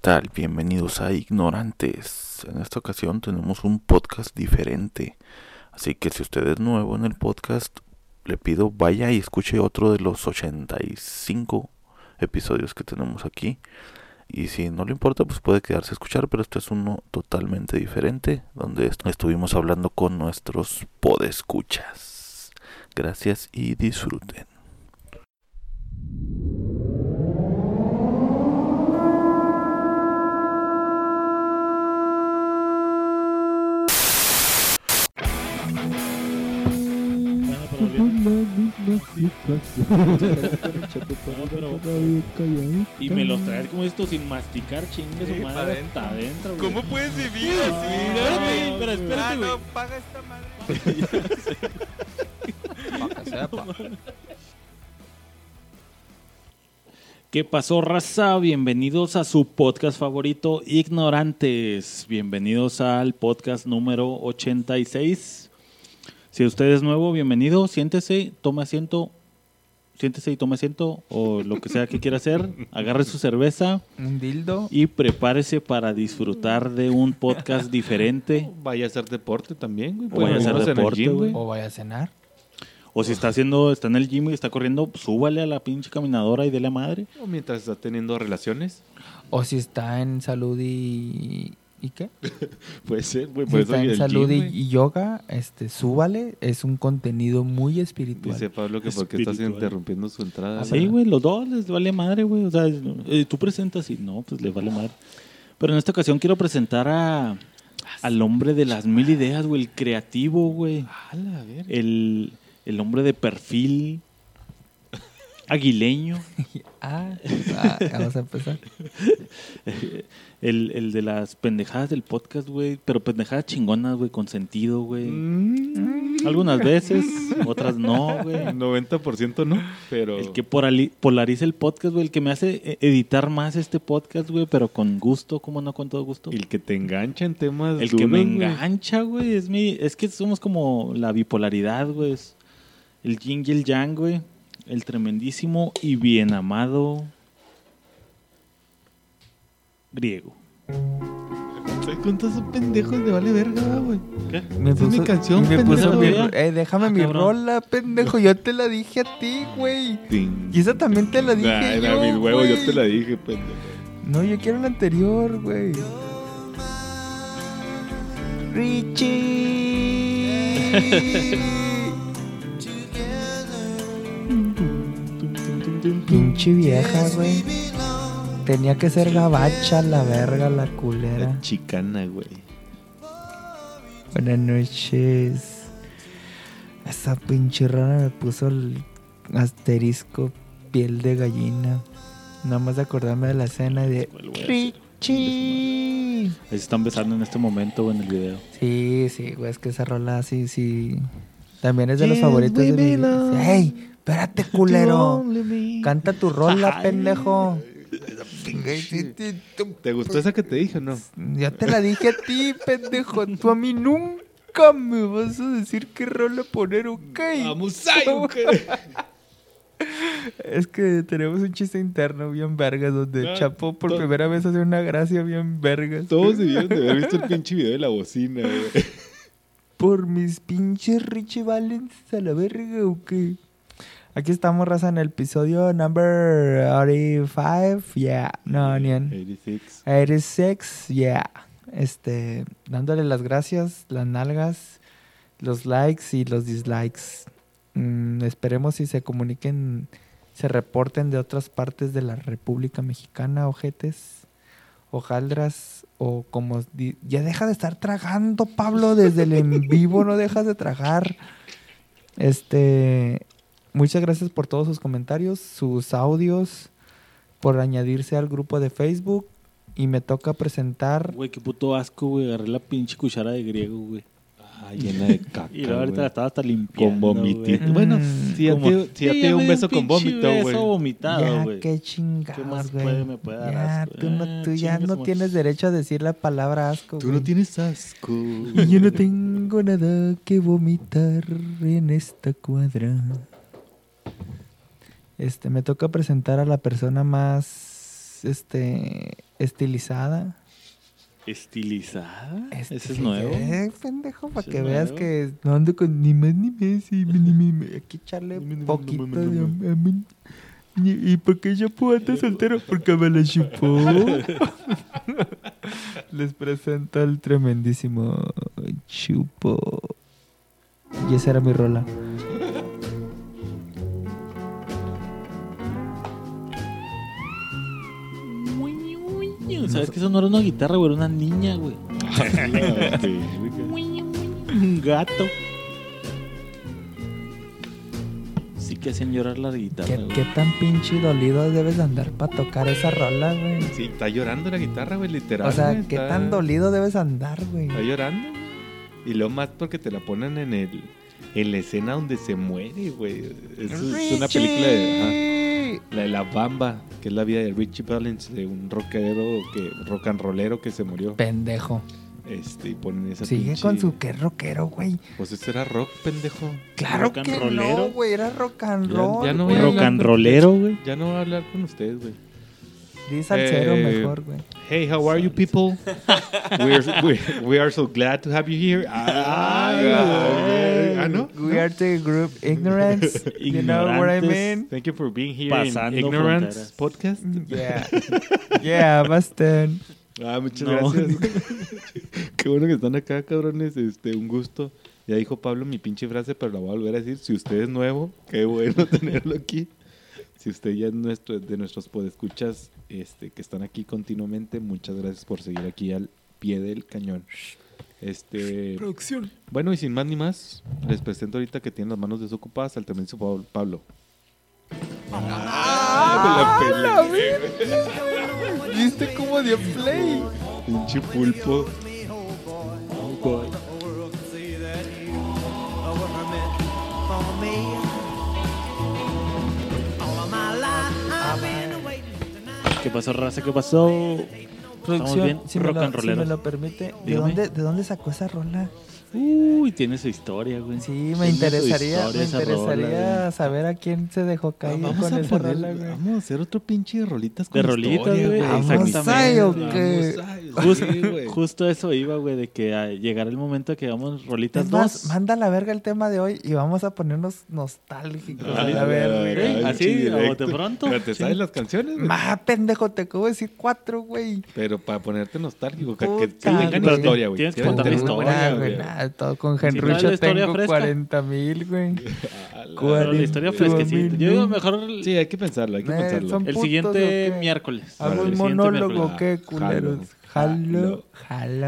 tal? Bienvenidos a Ignorantes. En esta ocasión tenemos un podcast diferente. Así que si usted es nuevo en el podcast, le pido vaya y escuche otro de los 85 episodios que tenemos aquí. Y si no le importa, pues puede quedarse a escuchar, pero este es uno totalmente diferente, donde est- estuvimos hablando con nuestros podescuchas. Gracias y disfruten. Bueno, pero bien. No, pero- Y me los traes como esto sin masticar, chingue su Sí, pa' madre. adentro. Está adentro, güey. ¿Cómo puedes vivir No, así? güey, pero Ah, espérate, güey. no, paga esta madre. ¿Qué pasó, raza? Bienvenidos a su podcast favorito, Ignorantes. Bienvenidos al podcast número 86. Si usted es nuevo, bienvenido. Siéntese, tome asiento. Siéntese y tome asiento o lo que sea que quiera hacer. Agarre su cerveza Un dildo. y prepárese para disfrutar de un podcast diferente. Vaya a hacer deporte también, güey. Pues, O vaya a hacer Algunos en el deporte, gym, güey. O vaya a cenar. O si está haciendo, está en el gym y está corriendo, pues, súbale a la pinche caminadora y de la madre. O mientras está teniendo relaciones. O si está en salud y. ¿Y qué? Puede ser, güey. Si Por eso está en en el salud gym, y, güey. y yoga, este, súbale. Es un contenido muy espiritual. Dice Pablo que porque estás Espiritual. interrumpiendo su entrada. Así, Ah, güey, los dos les vale madre, güey. O sea, es- eh, tú presentas y no, pues les vale madre. Pero en esta ocasión quiero presentar a, al hombre de las mil ideas, güey, el creativo, güey. A la verga. El, el hombre de perfil aguileño. Ah, ah, vamos a empezar. El, el de las pendejadas del podcast, güey. Pero pendejadas chingonas, güey, con sentido, güey. Mm, Algunas veces, otras no, güey. 90% no, pero. El que porali- polariza el podcast, güey. El que me hace eh, editar más este podcast, güey. Pero con gusto, como no con todo gusto. el que te engancha en temas. El que me duros, güey. engancha, güey. Es, mi, es que somos como la bipolaridad, güey. es El yin y el yang, güey. El tremendísimo y bien amado griego. ¿Cuántos son pendejos de vale verga, güey? Me Esa Pues es mi canción, me pendejo, puso mi- ¿verdad? eh, déjame Ah, mi cabrón. rola, pendejo. Yo te la dije a ti, güey. Y esa también te la dije Ay, yo, da mis huevos, yo güey. te la dije, pendejo. No, yo quiero la anterior, güey. Richie. Pinche vieja, güey. Tenía que ser gabacha, la verga, la culera. La chicana, güey. Buenas noches. Esa pinche rana me puso el asterisco piel de gallina. Nada más de acordarme de la escena de Pues Lo voy a hacer. Richie. Ahí se están besando en este momento, güey, en el video. Sí, sí, güey, es que esa rola sí, sí. También es de los favoritos de mi. ¡Ey! Espérate, culero. Canta tu rola, pendejo. ¿Te gustó esa que te dije o no? pues, Ya te la dije a ti, pendejo. Tú a mí nunca me vas a decir qué rola poner, ok. Es que tenemos un chiste interno bien vergas donde Ah, Chapo por to- primera vez hace una gracia bien vergas. Todos debieron de haber visto el pinche video de la bocina, güey. Por mis pinches Richie Valens a la verga, ¿o qué? Aquí estamos, raza, en el episodio number 85, yeah, no, ni en 86. 86, yeah. Este, dándole las gracias, las nalgas, los likes y los dislikes. Mm, esperemos si se comuniquen, se reporten de otras partes de la República Mexicana, ojetes, hojaldras, o como... di- Ya deja de estar tragando, Pablo, desde el en vivo no dejas de tragar. Este, muchas gracias por todos sus comentarios, sus audios, por añadirse al grupo de Facebook. Y me toca presentar. Güey, qué puto asco, güey. Agarré la pinche cuchara de griego, güey. Ah, llena de caca. Y luego ahorita güey. la estaba hasta limpiando. Con vomitito. güey. Bueno, si ya Como- te, si ya te dio un beso con vómito, güey. Eso vomitado, ya, güey. qué chingados, ¿Qué más güey. puede- me puede dar ya, asco? tú no, Ah, tú ya chingas, no madre. tienes derecho a decir la palabra asco, Tú güey. no tienes asco. Y yo no tengo nada que vomitar en esta cuadra. Este, me toca presentar a la persona más, este, estilizada. ¿Estilizada? Este, ¿Ese es nuevo? eh, pendejo, para Ese que es veas nuevo. que no ando con ni más ni menos. y ni- ni- ni- Hay que echarle Ni más, ni menos, poquito ni más, ni de menos. amén. ¿Y, y por qué yo puedo andar soltero? Porque me la chupó. Les presento al tremendísimo Chupo. Y esa era mi rola. ¿Sabes que eso no era una guitarra, güey? Era una niña, güey. Un gato. Sí que hacían llorar la guitarra, ¿Qué, güey. qué tan pinche dolido debes de andar para tocar esa rola, güey? Sí, está llorando la guitarra, güey, literal. O sea, güey, ¿qué está- tan dolido debes andar, güey? Está llorando, güey. Y lo más porque te la ponen en el en la escena donde se muere, güey. Es, es una película de ajá, de... la de la Bamba, que es la vida de Richie Valens, de un rockero que rock and rollero que se murió. Pendejo. Este, y ponen esa Sigue pinche- con su que rockero, güey. Pues ese era rock, pendejo. Claro Rock and que no, rollero. güey. Era rock and Ya- roll. ya no güey. voy a Rock hablar. and rollero, güey. Ya no voy a hablar con ustedes, güey. Di salsero Eh, mejor, güey. Hey, how are you people? we, are, we, we are so glad to have you here. Ay, güey. Ah, no. We are the group Ignorance. you know what I mean? Thank you for being here Pasando in Ignorance fronteras. Podcast. Yeah. Yeah, Bastón. Ah, muchas No. gracias. Qué bueno que están acá, cabrones. Este, un gusto. Ya dijo Pablo mi pinche frase, pero la voy a volver a decir. Si usted es nuevo, qué bueno tenerlo aquí. Si usted ya es nuestro, de nuestros podescuchas este, que están aquí continuamente, muchas gracias por seguir aquí al pie del cañón. Este, Producción. bueno, y sin más ni más, les presento ahorita que tienen las manos desocupadas al tremendo Pablo- Pablo. Ah, me la pelé. ¿Viste cómo dio play? Pinche pulpo. ¿Qué pasó, raza? ¿Qué pasó? Estamos Producción, bien, si me, rock lo, and si rollero. me lo permite, ¿de Dígame. dónde, ¿de dónde sacó esa rola? Uy, tiene su historia, güey. Sí, me Tiene su interesaría, historia me esa rola, interesaría güey. saber a quién se dejó caer Ah, vamos, con a esa poner- rola, güey. vamos a hacer otro pinche de rolitas con De rolitas, historia, güey. Vamos Exactamente. ahí, ¿o Vamos qué? ahí, Justo, sí, güey. justo eso iba, güey, de que a- llegará el momento que hagamos rolitas Es más, dos. manda a la verga el tema de hoy y vamos a ponernos nostálgicos. Ah, a la la verga. verga. Ey, Así, directo. a bote pronto. Pero te sabes las canciones, güey. Ma, Ah, pendejo, te acabo de decir cuatro, güey. Pero para ponerte nostálgico, que, que, que Puta, tengan güey. historia, güey. Tienes que Deben contar la tener historia, buena, Nah, güey. Nada, todo con traes la Henrucho historia tengo fresca. 40 mil, güey. Ah, la- Pero Cuarenta la historia mil, fresquecita. Yo digo mil. mejor el, Sí, hay que pensarlo, hay que Nah, pensarlo. son- el putos, siguiente ¿o qué? miércoles. Hago Hago un un El siguiente monólogo, miércoles. qué culeros. Jalo, jalo.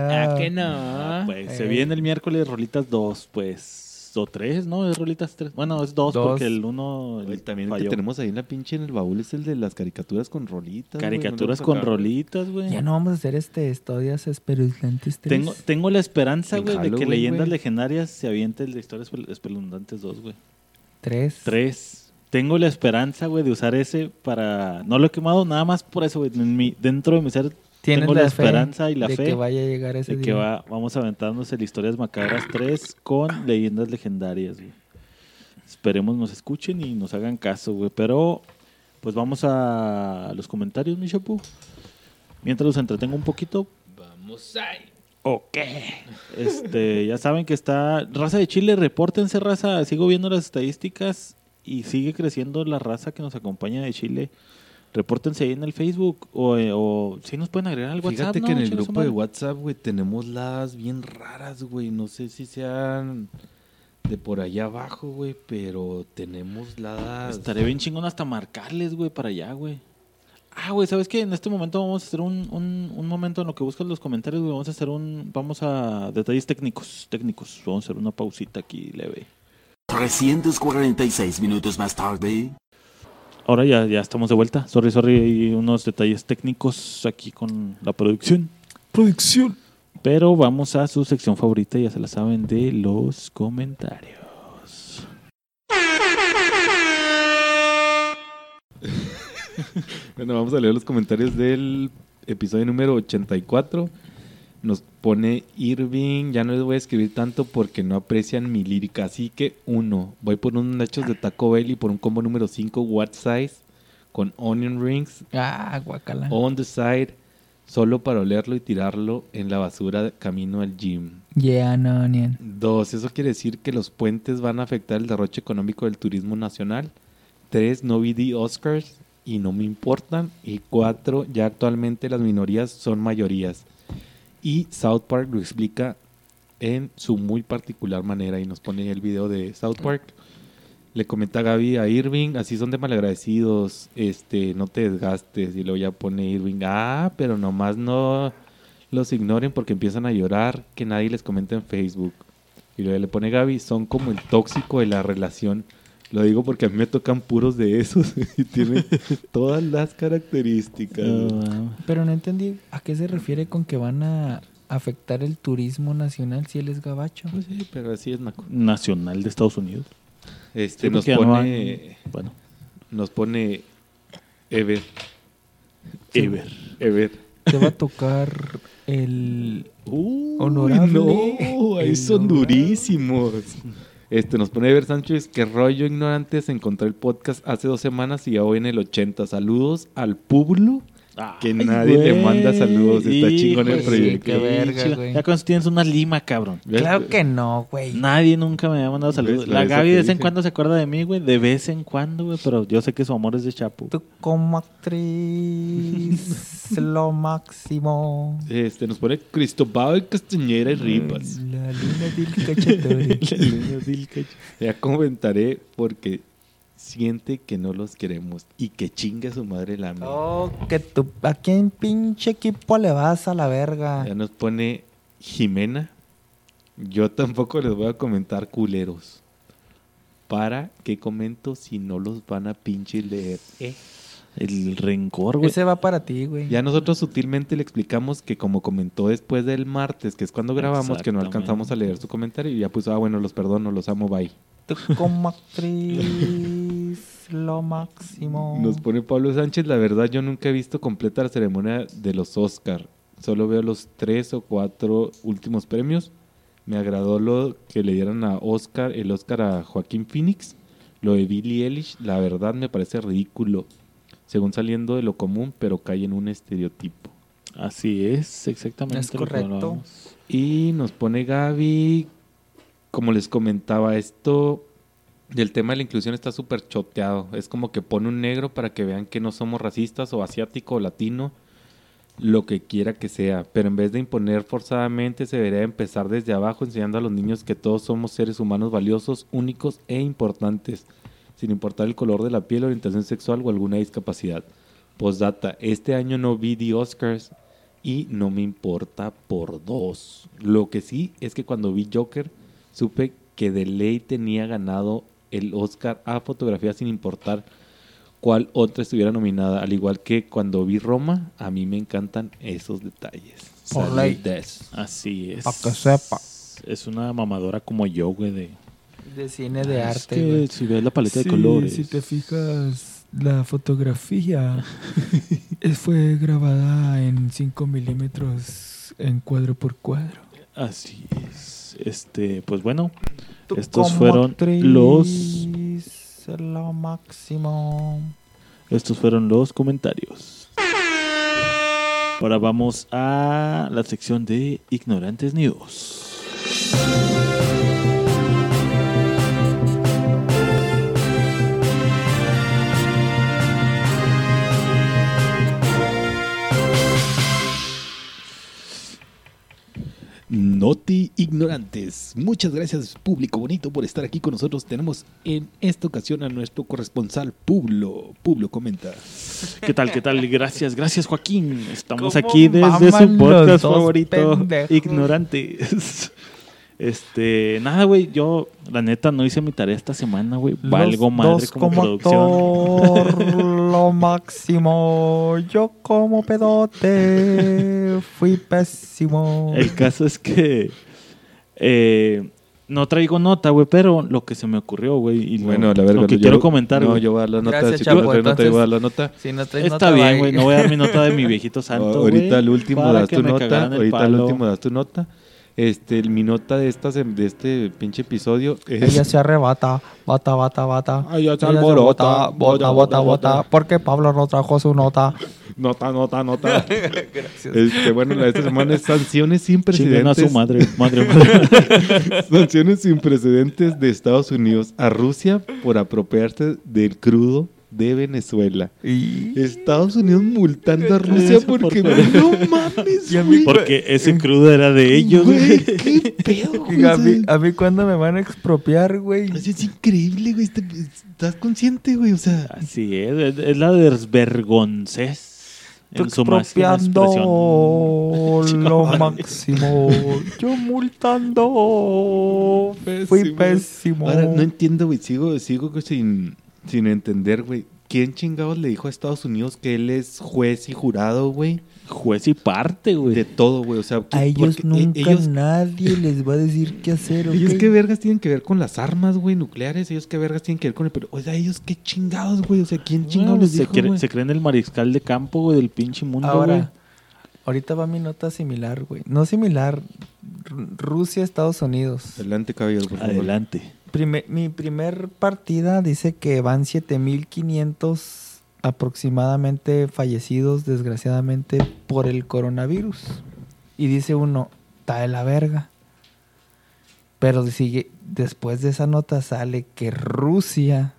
Ah, pues se Eh. viene el miércoles rolitas dos, pues. O tres, ¿no? Es rolitas tres. Bueno, es dos, Dos. porque el uno Güey, el también el que falló. tenemos ahí en la pinche en el baúl es el de las caricaturas con rolitas. güey, Caricaturas ¿no lo con sacaron? rolitas, güey. Ya no vamos a hacer este historias espeluznantes. tres. Tengo, tengo la esperanza, En güey, de que Halloween, Leyendas güey. Legendarias se aviente el de Historias Espel- Espeluznantes 2, güey. Tres. Tres. Tengo la esperanza, güey, de usar ese para... No lo he quemado nada más por eso, güey. En mi- Dentro de mi ser Tienen tengo la fe esperanza y la de fe que vaya a llegar ese de que día. va, vamos aventándose el Historias Macabras 3 con Leyendas Legendarias, güey. Esperemos nos escuchen y nos hagan caso, güey. Pero, pues vamos a los comentarios, mi chapu. Mientras los entretengo un poquito, Vamos ahí. Ok. Este, ya saben que está. Raza de Chile, repórtense, raza. Sigo viendo las estadísticas y sigue creciendo la raza que nos acompaña de Chile. Repórtense ahí en el Facebook o, eh, o si nos pueden agregar al WhatsApp. Fíjate ¿no? que en el Chingue su grupo de madre. WhatsApp, güey, tenemos las bien raras, güey. No sé si sean de por allá abajo, güey, pero tenemos las... Estaré bien chingón hasta marcarles, güey, para allá, güey. Ah, güey, ¿sabes qué? En este momento vamos a hacer un, un, un momento en lo que buscas los comentarios, güey. Vamos a hacer un. Vamos a. Detalles técnicos, técnicos. Vamos a hacer una pausita aquí leve. 346 minutos más tarde. Ahora ya, ya estamos de vuelta. Sorry, sorry, hay unos detalles técnicos aquí con la producción. Producción. Pero vamos a su sección favorita, ya se la saben, de los comentarios. Bueno, vamos a leer los comentarios del episodio número 84. Nos pone Irving, ya no les voy a escribir tanto porque no aprecian mi lírica, así que uno, voy por unos nachos de Taco Bell y por un combo número 5 what size con onion rings Ah, guacala. on the side solo para olerlo y tirarlo en la basura de camino al gym. Yeah, no, onion. Dos, eso quiere decir que los puentes van a afectar el derroche económico del turismo nacional. Tres, no vi The Oscars y no me importan. Y cuatro, ya actualmente las minorías son mayorías. Y South Park lo explica en su muy particular manera y nos pone el video de South Park. Le comenta a Gaby a Irving, así son de malagradecidos, este, no te desgastes. Y luego ya pone Irving, ah, pero nomás no los ignoren porque empiezan a llorar, que nadie les comenta en Facebook. Y luego le pone Gaby, son como el tóxico de la relación. Lo digo porque a mí me tocan puros de esos y tienen todas las características. Pero no entendí a qué se refiere con que van a afectar el turismo nacional si él es gabacho. Pues sí, pero así es, Maco. Nacional de Estados Unidos. Este, Sí, nos porque ya no pone, hay- bueno, nos pone Ever. Ever. Ever. Te va a tocar el... Uy, Honorable. No, ahí son Honorable. durísimos. Este, nos pone Ever Sánchez, que rollo ignorantes encontré el podcast hace dos semanas y ya hoy en el 80. Saludos al pueblo. Que nadie le manda saludos, está chingón Hijo de el proyecto. qué verga, Chila. güey. Ya cuando tienes una lima, cabrón. ¿Ves? Claro que no, güey. Nadie nunca me había mandado saludos. ¿Ves? La La esa Gaby que de vez en dije. cuando se acuerda de mí, güey. De vez en cuando, güey. Pero yo sé que su amor es de Chapo. Tú como actriz, lo máximo. Este, nos pone Cristóbal Castañera y Ripas. Mm, La luna del cachetón. Ya comentaré porque siente que no los queremos y que chinga su madre la mía. Oh, que tú... ¿A quién pinche equipo le vas a la verga? Ya nos pone Jimena. Yo tampoco les voy a comentar culeros. ¿Para qué comento si no los van a pinche leer? El rencor, güey. Eh. Ese va para ti, güey. Ya nosotros sutilmente le explicamos que como comentó después del martes, que es cuando grabamos, que no Exactamente. alcanzamos a leer su comentario, y ya puso, ah, bueno, los perdono, los amo, bye. Tú como actriz, lo máximo. Nos pone Pablo Sánchez, la verdad yo nunca he visto completa la ceremonia de los Oscar. Solo veo los tres o cuatro últimos premios. Me agradó lo que le dieran a Oscar, el Oscar a Joaquín Phoenix. Lo de Billy Eilish, la verdad me parece ridículo. Según saliendo de lo común, pero cae en un estereotipo. Así es, exactamente. Es lo que correcto. hablábamos. Y nos pone Gaby, como les comentaba, esto del tema de la inclusión está súper choteado. Es como que pone un negro para que vean que no somos racistas o asiático o latino, lo que quiera que sea. Pero en vez de imponer forzadamente, se debería empezar desde abajo enseñando a los niños que todos somos seres humanos valiosos, únicos e importantes, sin importar el color de la piel, orientación sexual o alguna discapacidad. Postdata, este año no vi The Oscars, y no me importa por dos. Lo que sí es que cuando vi Joker supe que de ley tenía ganado el Oscar a fotografía sin importar cuál otra estuviera nominada. Al igual que cuando vi Roma, a mí me encantan esos detalles. Por ley. Saludes. Así es. Pa' que sepa. Es una mamadora como yo, güey. De... De cine de Es arte, que güey. si ves la paleta de colores. fijas, la fotografía fue grabada en 5 milímetros en cuadro por cuadro. Así es. Este, pues bueno, Estos fueron los- Lo máximo. estos fueron los comentarios. Ahora vamos a la sección de Ignorantes News. Noti ignorantes. Muchas gracias, público bonito, por estar aquí con nosotros. Tenemos en esta ocasión a nuestro corresponsal Publo. Publo comenta. ¿Qué tal? ¿Qué tal? Gracias, gracias Joaquín. Estamos ¿Cómo aquí desde su maman podcast los dos favorito, pendejos? Ignorantes. Este, nada, güey, yo la neta no hice mi tarea esta semana, güey. Valgo Los madre dos como, producción. actor, lo máximo. Yo como pedote fui pésimo. El caso es que eh, no traigo nota, güey, pero lo que se me ocurrió, güey, y lo, lo que yo- quiero comentar, No, güey. yo voy a dar la nota. Gracias, si tú vas a Chapo, dar nota, yo voy a dar entonces- la nota. Si no traes Está nota, bien, bye. güey, no voy a dar mi nota de mi viejito santo. ahorita güey, al último para das que tu me nota. cagaran el Ahorita al palo. último das tu nota. Este, el- mi nota de, estas, em- de este pinche episodio es. Ella se arrebata, bata, bata, bata. Ay, ya se Ella se bota, alborota, bota, bota, bota. Porque Pablo no trajo su nota. Nota, nota, nota. Gracias. Este, bueno, la de esta semana es sanciones sin Chinguen a precedentes. su madre, madre, madre. Sanciones sin precedentes de Estados Unidos a Rusia por apropiarse del crudo de Venezuela. Y- Estados Unidos multando a Rusia Eso por porque favor. no mames, Y a mí- güey. Porque ese crudo era de ellos, Güey, güey. qué pedo, güey. y a mí, O a mí cuándo me van a expropiar, güey. sea, Es increíble, güey. este- Estás consciente, güey. O sea, Así es, es- es la desvergonzés en su máxima expresión. expropiando lo máximo. Yo multando. Fui Pésimo. pésimo. ahora no entiendo, güey. Sigo, sigo que sin, sin entender, güey. ¿Quién chingados le dijo a Estados Unidos que él es juez y jurado, güey? Juez y parte, De güey. todo, güey. O sea, A ¿qué- ellos porque- e- nunca ellos- nadie les va a decir qué hacer. ¿Ellos ¿ok? qué vergas tienen que ver con las armas, güey, nucleares? ¿Ellos qué vergas tienen que ver con el pero O sea, ellos qué chingados, güey. O sea, ¿quién chingados Bueno, pues les se, dijo, cree- güey? se creen el mariscal de campo, güey, del pinche mundo, güey. Ahora, ahorita va mi nota similar, güey. No similar. Ru- Rusia, Estados Unidos. Adelante, caballero, por favor. Adelante. Prime- mi primer partida dice que van 7500 aproximadamente fallecidos, desgraciadamente, por el coronavirus. Y dice uno, está de la verga. Pero sigue, después de esa nota sale que Rusia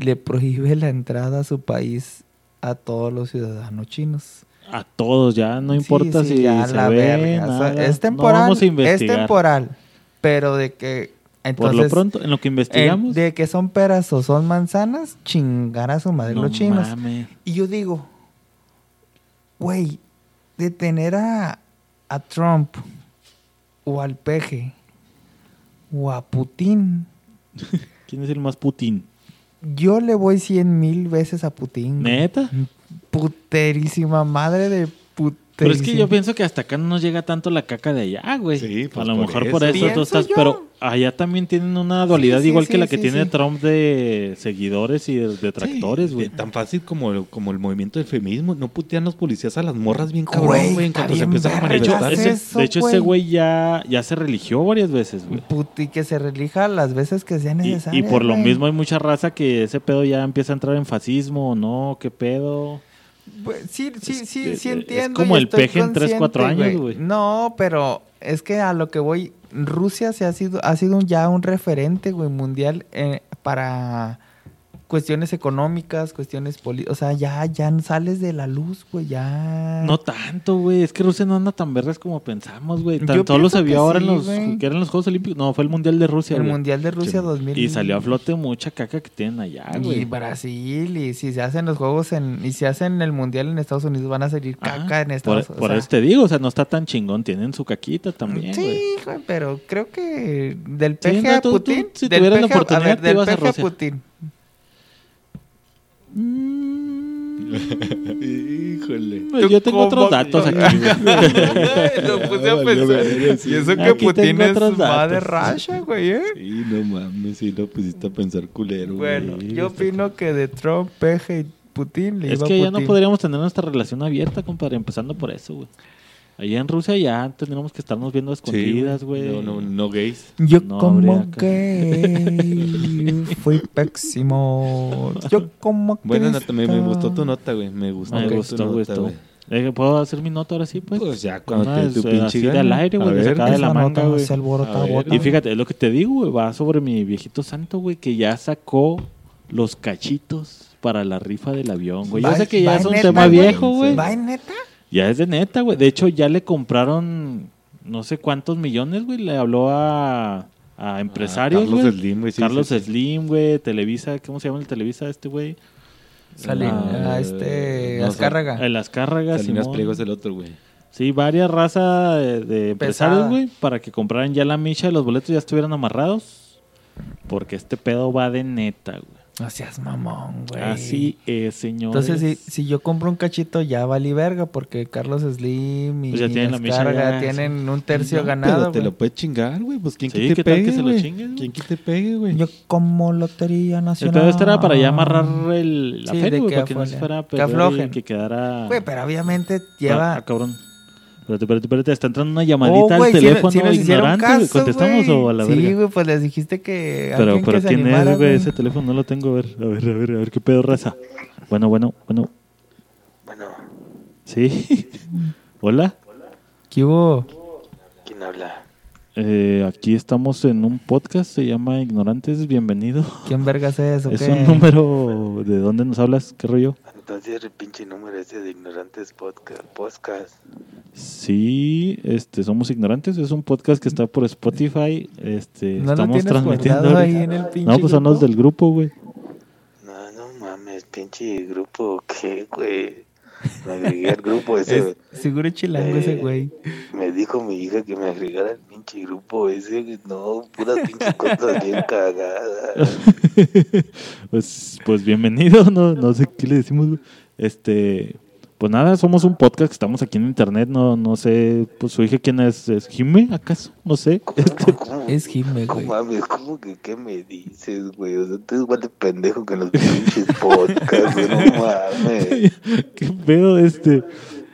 le prohíbe la entrada a su país a todos los ciudadanos chinos. A todos, ya no Sí, importa sí, si ya se la ve, verga. O sea, nada. es No temporal. vamos a es investigar. temporal. Pero de que. Por Entonces, lo pronto, en lo que eh, investigamos. de que son peras o son manzanas, chingar a su madre no los chinos. mames. Y yo digo, güey, detener a, a Trump o al peje o a Putin, ¿Quién es el más Putin? yo le voy cien mil veces a Putin. güey. ¿Neta? Puterísima madre de puterísima. Pero es que yo pienso que hasta acá no nos llega tanto la caca de allá, güey. Sí, pues, a lo por mejor eso. por eso tú Pienso estás. yo. Pero allá también tienen una dualidad Sí, sí, igual que sí, la que sí, tiene sí. Trump de seguidores y de detractores, Sí, güey. de- Tan fácil como el, como el movimiento del feminismo. No putean los policías a las morras bien Güey, cabrón, güey. En está cuanto se bien empiezan a verga. de hecho, Haz ese, manifestar. eso, de hecho, ese güey. güey ya, ya se religió varias veces, güey. Puti que se relija las veces que sea Y, necesario. y por lo güey. mismo hay mucha raza que ese pedo ya empieza a entrar en fascismo, ¿no? ¿Qué pedo? Pues, Sí, sí, Es sí, que, sí eh, es entiendo. como y el estoy peje en tres, cuatro consciente, años, güey. No, pero es que a lo que voy, Rusia se ha sido, ha sido ya un referente, güey, mundial eh, para cuestiones económicas, cuestiones políticas. O sea, ya, ya sales de la luz, güey, ya. No tanto, güey. Es que Rusia no anda tan vergas como pensamos, güey. Tan Yo solo pienso se vio que ahora en sí, los, güey. que eran los Juegos Olímpicos. No, fue el Mundial de Rusia, el güey. mundial de Rusia Sí. 2000. Y salió a flote mucha caca que tienen allá, Y Ah, güey. Brasil, y si se hacen los juegos en, y si hacen el mundial en Estados Unidos, van a salir Ajá. caca en Por, Estados Unidos. por eso te digo, o sea, no está tan chingón. Tienen su caquita también, güey. Sí, güey, pero creo que del Sí, peje no, a tú- tú, Putin. si del tuvieras la peje a- a oportunidad, ver, te del ibas a peje a Rusia. Putin. Híjole. Pues Yo tengo otros datos aquí. güey. Lo puse Ah, a valió verga, pensar. sí. Y eso que Aquí Putin tengo es otros más de datos. Russia, güey, ¿eh? Sí, no mames, sí, lo pusiste a pensar culero, güey. Bueno, yo opino que de Trump, peje y Putin le Es iba que a ya no Putin. podríamos tener nuestra relación abierta, compadre, empezando por eso, güey. Allá en Rusia ya tendríamos que estarnos viendo a escondidas, güey. No, no, no gays. Yo No habría como acá. que fui pésimo. Yo como que. Bueno, Nata, me, me gustó tu nota, güey. Me gustó. Me tu gustó, nota, güey, esto. güey. Eh, ¿Puedo hacer mi nota ahora sí, pues? Pues ya, cuando Nada, te es, tu eh, pinche así de gana. al aire, güey, A de ver, sacada de la manga, güey. Se alborota, A ver. bota. Y fíjate, es lo que te digo, güey, va sobre mi viejito santo, güey, que ya sacó los cachitos para la rifa del avión, güey. Yo Va- sé que va ya en es un neta, tema güey. viejo, güey. ¿Va en neta? Ya es de neta, güey. De hecho, ya le compraron no sé cuántos millones, güey. Le habló a, a empresarios, Ah, güey. Carlos Slim, güey. sí, Carlos sí, sí. Slim, güey, Televisa, ¿cómo se llama el Televisa este güey? Sale Ah, a este no sé. Azcárraga. En las cargas, Salinas Pliegos el otro, güey. Sí, varias razas de, de empresarios, Pesada. güey, para que compraran ya la micha y los boletos ya estuvieran amarrados. Porque este pedo va de neta, güey. No seas mamón, güey. Así es, señor. Entonces, si, si yo compro un cachito, ya valí verga, porque Carlos Slim y Pues ya tienen la micha, Azcárraga ya, tienen un tercio No, ganado. Pero te güey. lo puedes chingar, güey. Pues quién Sí, que te ¿qué tal que pegue, se lo güey? chingues, güey? ¿Quién que te pegue, güey? Ah. Yo como Lotería El Nacional. pedo este era para ya amarrar el, la Sí, feria, de güey, que para que no aflojen. se fuera a Que perder y aflojen. que quedara... Güey, pero obviamente Ah, ah, lleva. cabrón. Espérate, espérate, espérate. Está entrando una llamadita Oh, al güey, sí- teléfono sí nos hicieron ignorante. caso, güey. ¿Contestamos güey. o a la Sí, verga? güey, pues les dijiste que. Pero, alguien pero que se ¿quién animara, es, güey? Ese teléfono no lo tengo. A ver, a ver, a ver, a ver qué pedo raza. Bueno, bueno, bueno. Bueno, Sí. Hola. ¿Qué hubo? ¿Quién habla? Eh, aquí estamos en un podcast, se llama Ignorantes, bienvenido. ¿Quién vergas es o Es qué? un número, ¿de dónde nos hablas? ¿Qué rollo? Entonces el pinche número ese de ignorantes podcast. podcast. Sí, este, somos ignorantes, es un podcast que está por Spotify, este, ¿No lo estamos tienes transmitiendo. guardado ahorita. ahí en el pinche No, pues son los grupo? del grupo, güey. No, no mames, pinche grupo, ¿qué, güey? Me agregué al grupo ese. Es- seguro es chilango ese Eh, güey. Me dijo mi hija que me agregara al pinche grupo ese. güey. No, puras pinches cosas bien cagadas. pues, pues bienvenido, no, no sé qué le decimos, güey. Este, pues nada, somos un podcast, estamos aquí en internet, no, no sé, pues su hija quién es, ¿es Jime acaso? No sé. este. ¿Cómo, cómo, Es Jimé, cómo güey. mames? ¿Cómo que qué me dices, güey? O sea, tú igual de pendejo que en los pinches podcasts, güey, no mames. ¿Qué pedo este?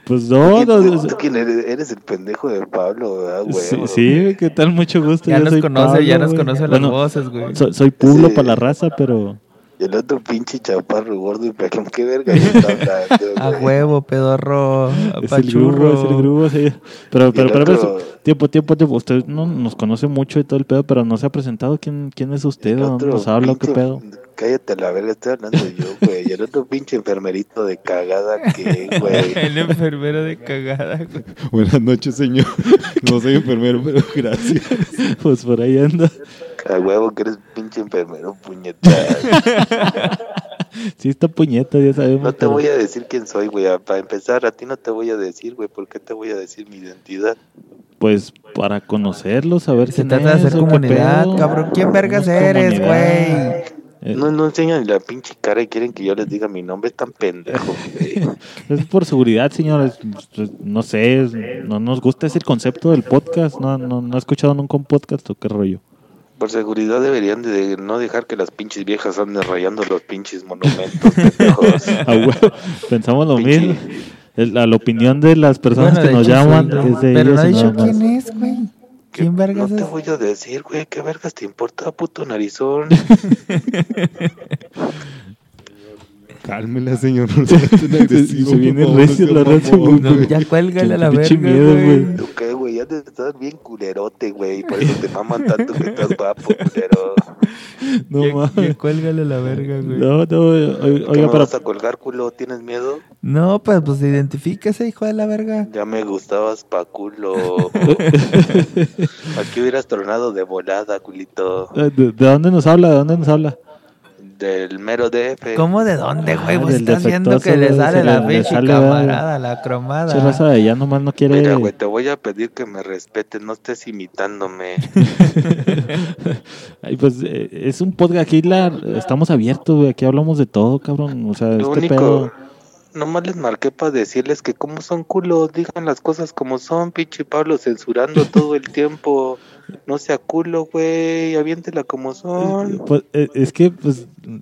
Pues no, no, ¿Tú, no, tú quién eres? Eres el pendejo de Pablo, ¿verdad, güey? sí, sí, ¿qué tal? Mucho gusto. Ya yo nos soy conoce, Pablo, ya nos güey. conoce las Bueno, voces, güey. so- soy pulo Sí. para la raza, pero... Y El otro pinche chaparro gordo y pelón, qué verga está hablando. Ah, A güey? huevo, pedorro, Es el grupo, es el apachurro. grupo, sí. Pero, Y pero, el pero, otro- pero, tiempo, tiempo, tiempo. Usted no nos conoce mucho y todo el pedo, pero no se ha presentado. ¿Quién, quién es usted? El ¿O otro ¿Nos habla? ¿Qué pinche- pedo? Cállate la verga, estoy hablando yo, güey. Y el otro pinche enfermerito de cagada que, güey. El enfermero de cagada, güey. Buenas noches, señor. No soy enfermero, pero gracias. Pues por ahí anda. A huevo que eres pinche enfermero, puñetada. Sí, está puñeta, ya sabemos. No te pero- voy a decir quién soy, güey. Ah, Para empezar, a ti no te voy a decir, güey. ¿Por qué te voy a decir mi identidad? Pues para conocerlo, saber Se quién trata de es, hacer o qué comunidad, pedo. cabrón. ¿Quién vergas Somos eres, comunidad. güey? Eh, No, no enseñan la pinche cara y quieren que yo les diga mi nombre. Es tan pendejo, güey. Es por seguridad, señores. No sé, es- no nos gusta ese concepto del podcast. No, no, no he escuchado nunca un podcast o qué rollo. Por seguridad deberían de no dejar que las pinches viejas anden rayando los pinches monumentos, pendejos. A huevo, Ah, Pensamos lo Pinche. mismo. El- A la opinión de las personas Bueno, que de nos hecho, llaman sí, es de Pero no ellos ha y dicho nada más. quién es, güey. ¿Qué- ¿Quién vergas No es? te voy a decir, güey, ¿qué vergas te importa, puto narizón? Cálmela, señor. No sea tan agresivo, se viene por favor, recio sea la raza, mamón, güey. güey. Ya cuélgale a la Qué verga, pinche miedo, güey. ¿Tú qué, güey? Ya te estás bien culerote, güey. Por eso te maman tanto que estás guapo, culero. No Ya- mames. ya cuélgale a la verga, güey. No, No, no, oiga, ¿Qué me oiga, pero vas a colgar, culo? ¿Tienes miedo? pues, pues identifíquese, hijo de la verga. Ya me gustabas pa' culo. Aquí hubieras tronado de volada, culito. eh, ¿de, de dónde nos habla? ¿De dónde nos habla? Del mero DF. ¿Cómo de dónde, güey? Ah, Vos del estás viendo defectuoso, que le güey, sale se la le- le pinche sale, camarada, la cromada. Esa raza de allá nomás no quiere. Mira, güey, te voy a pedir que me respetes, no estés imitándome. Ay, pues eh, es un podcast. Aquí la, estamos abiertos, güey. Aquí hablamos de todo, cabrón. O sea, Lo este único, pedo. nomás les marqué para decirles que como son culos, digan las cosas como son, pinche Pablo censurando todo el tiempo. No sea culo, güey, aviéntela como son. Pues, eh, es que, pues. Eh,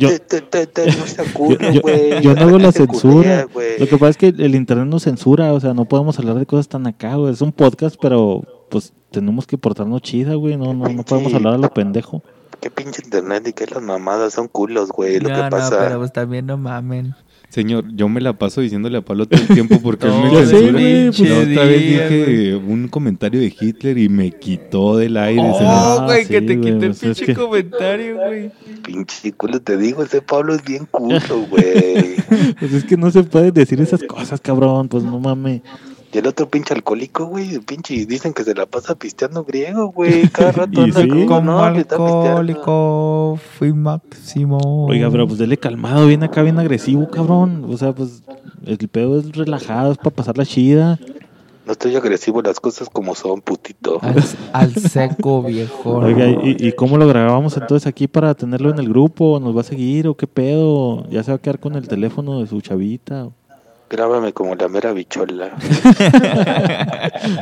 yo- te- te- te- te- no sea Yo, culo, yo- güey. yo no hago la gente censura. culea, güey. Lo que pasa es que el internet nos censura, o sea, no podemos hablar de cosas tan acá, güey. Es un podcast, pero pues tenemos que portarnos chida, güey. No, no, no podemos Sí. hablar a lo pendejo. Qué pinche internet y qué las mamadas son culos, güey. Lo no, que pasa. no, pero pues también no mamen. Señor, yo me la paso diciéndole a Pablo todo el tiempo porque él me Todo el censura. pues, pinche La otra vez día, dije un comentario de Hitler y me quitó del aire. se la- Oh, Ah, güey, que sí, te güey, quité el pues, es pinche que- comentario, güey. Pinche culo, te digo, ese Pablo es bien culo, güey. Pues es que no se puede decir esas cosas, cabrón. Pues no mames. Y el otro pinche alcohólico, güey, pinche, dicen que se la pasa pisteando griego, güey. Cada rato Y anda sí. con- Como no, le está pisteando. alcohólico, fui máximo. Oiga, pero pues dele calmado, viene acá bien agresivo, cabrón. O sea, pues el pedo es relajado, es para pasar la chida. No estoy agresivo, las cosas como son, putito. Al, al seco, viejo. Oiga, ¿y, y cómo lo grabamos entonces aquí para tenerlo en el grupo? ¿Nos va a seguir o qué pedo? ¿Ya se va a quedar con el teléfono de su chavita? Grábame como la mera bichola.